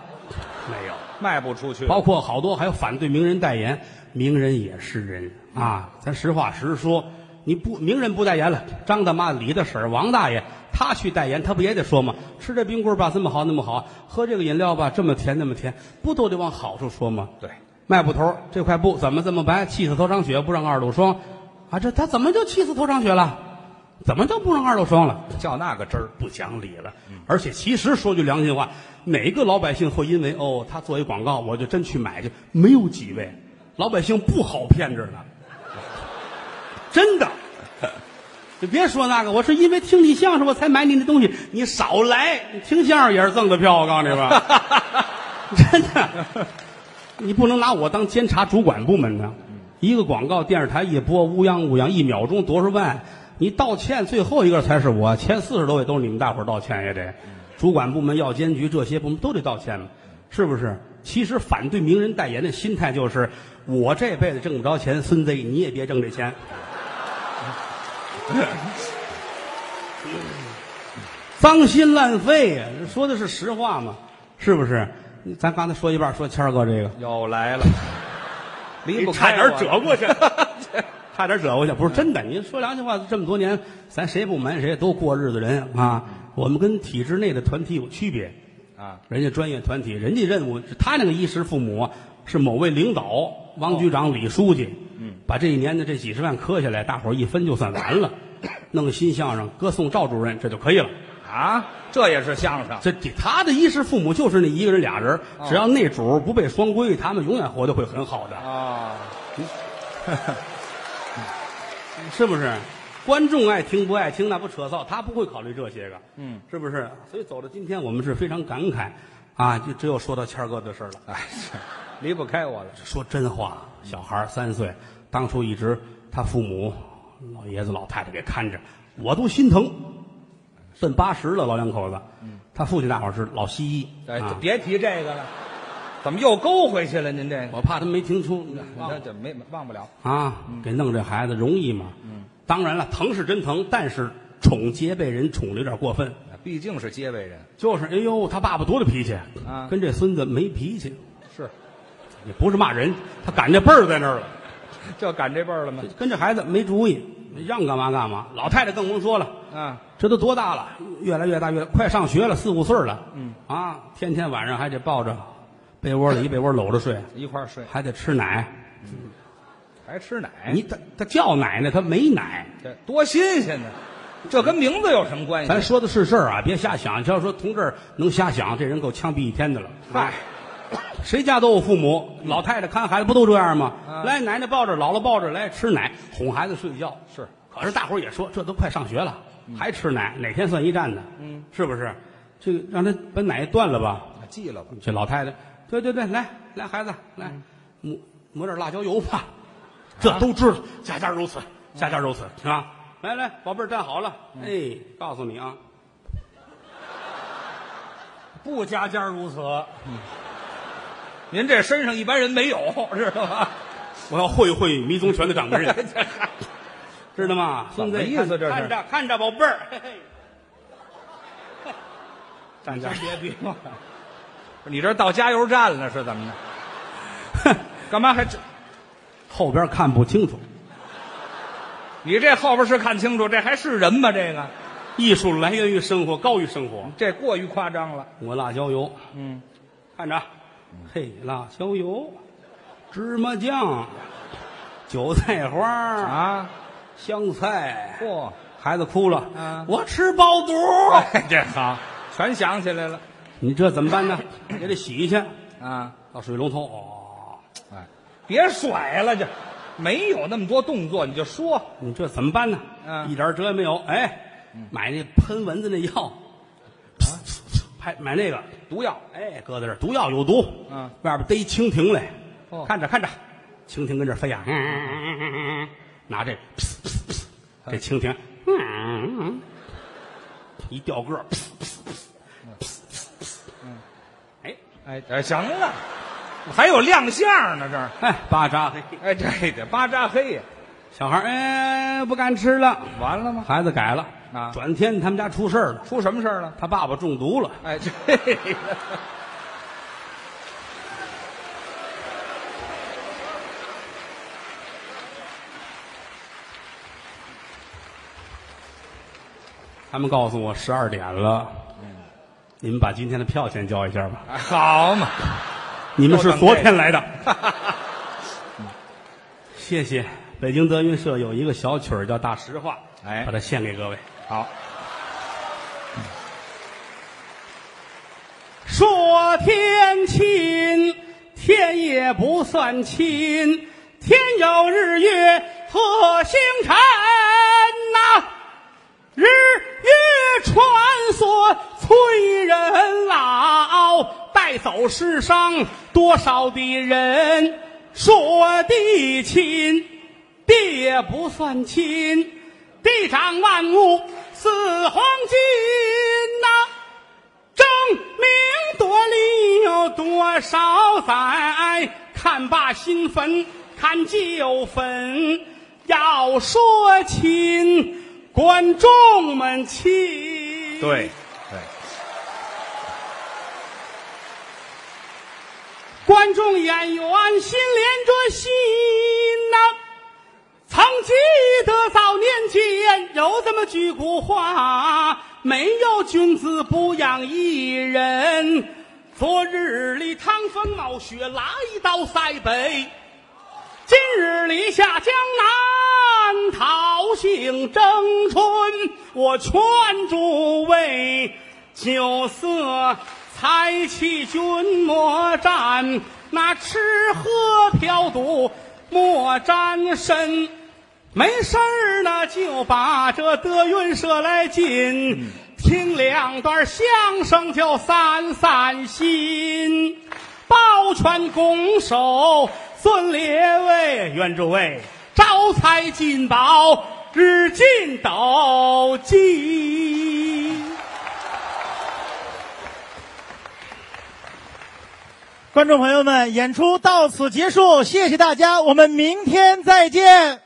B: 没有。
C: 卖不出去？
B: 包括好多还有反对名人代言，名人也是人啊，咱实话实说，你不名人不代言了，张大妈、李大婶、王大爷，他去代言，他不也得说吗？吃这冰棍儿吧，这么好那么好，喝这个饮料吧，这么甜那么甜，不都得往好处说吗？
C: 对，
B: 卖布头儿这块布怎么这么白？气死头场雪，不让二路霜啊！这他怎么就气死头场雪了？怎么就不让二路霜了？
C: 较那个真儿。嗯
B: 不讲理了。而且其实说句良心话，哪个老百姓会因为哦他做一广告我就真去买去？没有几位，老百姓不好骗着呢，真 的。你别说那个，我是因为听你相声我才买你的东西，你少来，你听相声也是赠的票，我告诉你 吧，真的，你不能拿我当监察主管部门的。一个广告电视台一播，乌泱乌泱，一秒钟多少万？你道歉最后一个才是我，前四十多位都是你们大伙儿道歉也得，主管部门、药监局这些部门都得道歉嘛，是不是？其实反对名人代言的心态就是，我这辈子挣不着钱，孙子你也别挣这钱。脏心烂肺呀！这说的是实话嘛，是不是？你咱刚才说一半，说谦儿哥这个，
C: 又来了， 离
B: 你
C: 不
B: 差
C: 开
B: 点
C: 我
B: 折过去， 差点折过去，不是真的。您说良心话，这么多年，咱谁也不瞒谁，都过日子人啊。我们跟体制内的团体有区别，
C: 啊！
B: 人家专业团体，人家任务，他那个衣食父母是某位领导，汪局长、李书记，嗯，把这一年的这几十万磕下来，大伙儿一分就算完了，弄个新相声歌颂赵主任，这就可以了。
C: 啊，这也是相声，
B: 这这他的衣食父母就是那一个人俩人，只要那主儿不被双规，他们永远活得会很好的。
C: 啊，
B: 是不是？观众爱听不爱听，那不扯臊，他不会考虑这些个，嗯，是不是？所以走到今天，我们是非常感慨，啊，就只有说到谦儿哥的事儿了。
C: 哎，是离不开我了。
B: 说真话，小孩儿三岁，当初一直他父母老爷子老太太给看着，我都心疼。奔八十了，老两口子，他父亲大伙儿是老西医，
C: 嗯哎，
B: 啊
C: 别提这个了，怎么又勾回去了？您这个，
B: 我怕他没听出，
C: 这这没忘不了。
B: 啊，
C: 嗯
B: 给弄这孩子容易吗？当然了，疼是真疼，但是宠结被人宠的有点过分。
C: 毕竟是街尾人，
B: 就是，哎呦，他爸爸多大脾气
C: 啊
B: 跟这孙子没脾气，
C: 是
B: 也不是骂人，他赶这辈儿在那儿了，
C: 就赶这辈儿了吗？
B: 跟这孩子没主意，让干嘛干嘛。老太太更甭说了，
C: 啊，
B: 这都多大了，越来越大，越快上学了，四五岁了，嗯啊，天天晚上还得抱着被窝里一被窝搂着睡，
C: 一块儿睡，
B: 还得吃奶。
C: 还吃奶，
B: 你他他叫奶呢，他没奶。
C: 这多新鲜呢！这跟名字有什么关系
B: 嗯咱？说的是事儿啊，别瞎想。要说从这儿能瞎想，这人够枪毙一天的了。啊
C: 嗨，
B: 谁家都有父母，老太太看孩子不都这样吗？
C: 啊
B: 来，奶奶抱着，姥姥抱着，来吃奶，哄孩子睡觉。
C: 是，嗯
B: 可是大伙儿也说，这都快上学了，还吃奶，哪天算一站呢？嗯，是不是？这个让他把奶断了吧？
C: 啊记了吧？
B: 这老太太，对对对，来来，孩子来，
C: 嗯
B: 抹抹点辣椒油吧，这都知道，家家如此，家家如此，是吧？来来，宝贝儿站好了，
C: 嗯
B: 哎，告诉你啊，不家家如此，
C: 您这身上一般人没有，知道吗？
B: 我要会会迷踪拳的掌门人。知道吗？
C: 怎
B: 孙
C: 么
B: 子，
C: 意思这是
B: 看着看着，宝贝儿， 嘿嘿
C: 站家，
B: 别别嘛，
C: 你这到加油站了是怎么的？干嘛还这？
B: 后边看不清楚，
C: 你这后边是看清楚，这还是人吗？这个
B: 艺术来源于生活，高于生活。
C: 这过于夸张了。
B: 抹辣椒油，
C: 嗯，
B: 看着啊，嘿，辣椒油，芝麻酱，韭菜花啊，
C: 啊，
B: 香菜。
C: 嚯，
B: 孩子哭了，
C: 啊
B: 我吃爆肚。
C: 哎，这好，全想起来了
B: 你这怎么办呢？也得洗去，
C: 啊！
B: 到水龙头。哦，
C: 哎，别甩了，这没有那么多动作，你就说
B: 你这怎么办呢？
C: 嗯
B: 一点辙也没有。哎，买那喷蚊子那
C: 啊
B: 药，拍买那个
C: 毒药。
B: 哎，搁在这儿毒药有毒。
C: 嗯，
B: 外边逮蜻蜓来，
C: 哦
B: 看着看着，蜻蜓跟这儿飞呀、嗯嗯嗯嗯嗯拿这，噗噗噗这蜻蜓，嗯嗯嗯一掉个儿，噗噗噗噗噗噗
C: 哎哎，行了，还有亮相呢，这儿。
B: 哎哎，巴扎嘿，
C: 哎，这这巴扎黑呀，
B: 小孩儿哎不敢吃了，
C: 完了吗？
B: 孩子改了
C: 啊
B: 转天他们家出事儿了，
C: 出什么事儿了？
B: 他爸爸中毒了，
C: 哎，这
B: 他们告诉我十二点了，你们把今天的票先交一下吧。
C: 哎好嘛，
B: 你们是昨天来的
C: 这个。
B: 谢谢，北京德云社有一个小曲儿叫《大实话》，
C: 哎
B: 把它献给各位。
C: 好，
B: 说天亲，天也不算亲，天有日月和星辰呐、日月穿梭催人老，带走世上多少的人。说地亲，地也不算亲，地长万物似黄金呐、争名夺利有多少载？看罢新坟，看旧坟。要说亲，观众们亲。，
C: 对对，
B: 观众演员心连着心呐、曾记得早年间有这么句古话：没有君子不养艺人。昨日里趟风冒雪来到塞北，今日里下江南讨杏争春。我劝诸位，酒色财气君莫沾，那吃喝嫖赌莫沾身。没事儿呢，就把这德云社来进，听两段相声就散散心。抱拳拱手，尊列位，愿诸位招财进宝，日进斗金。
A: 观众朋友们，演出到此结束，谢谢大家，我们明天再见。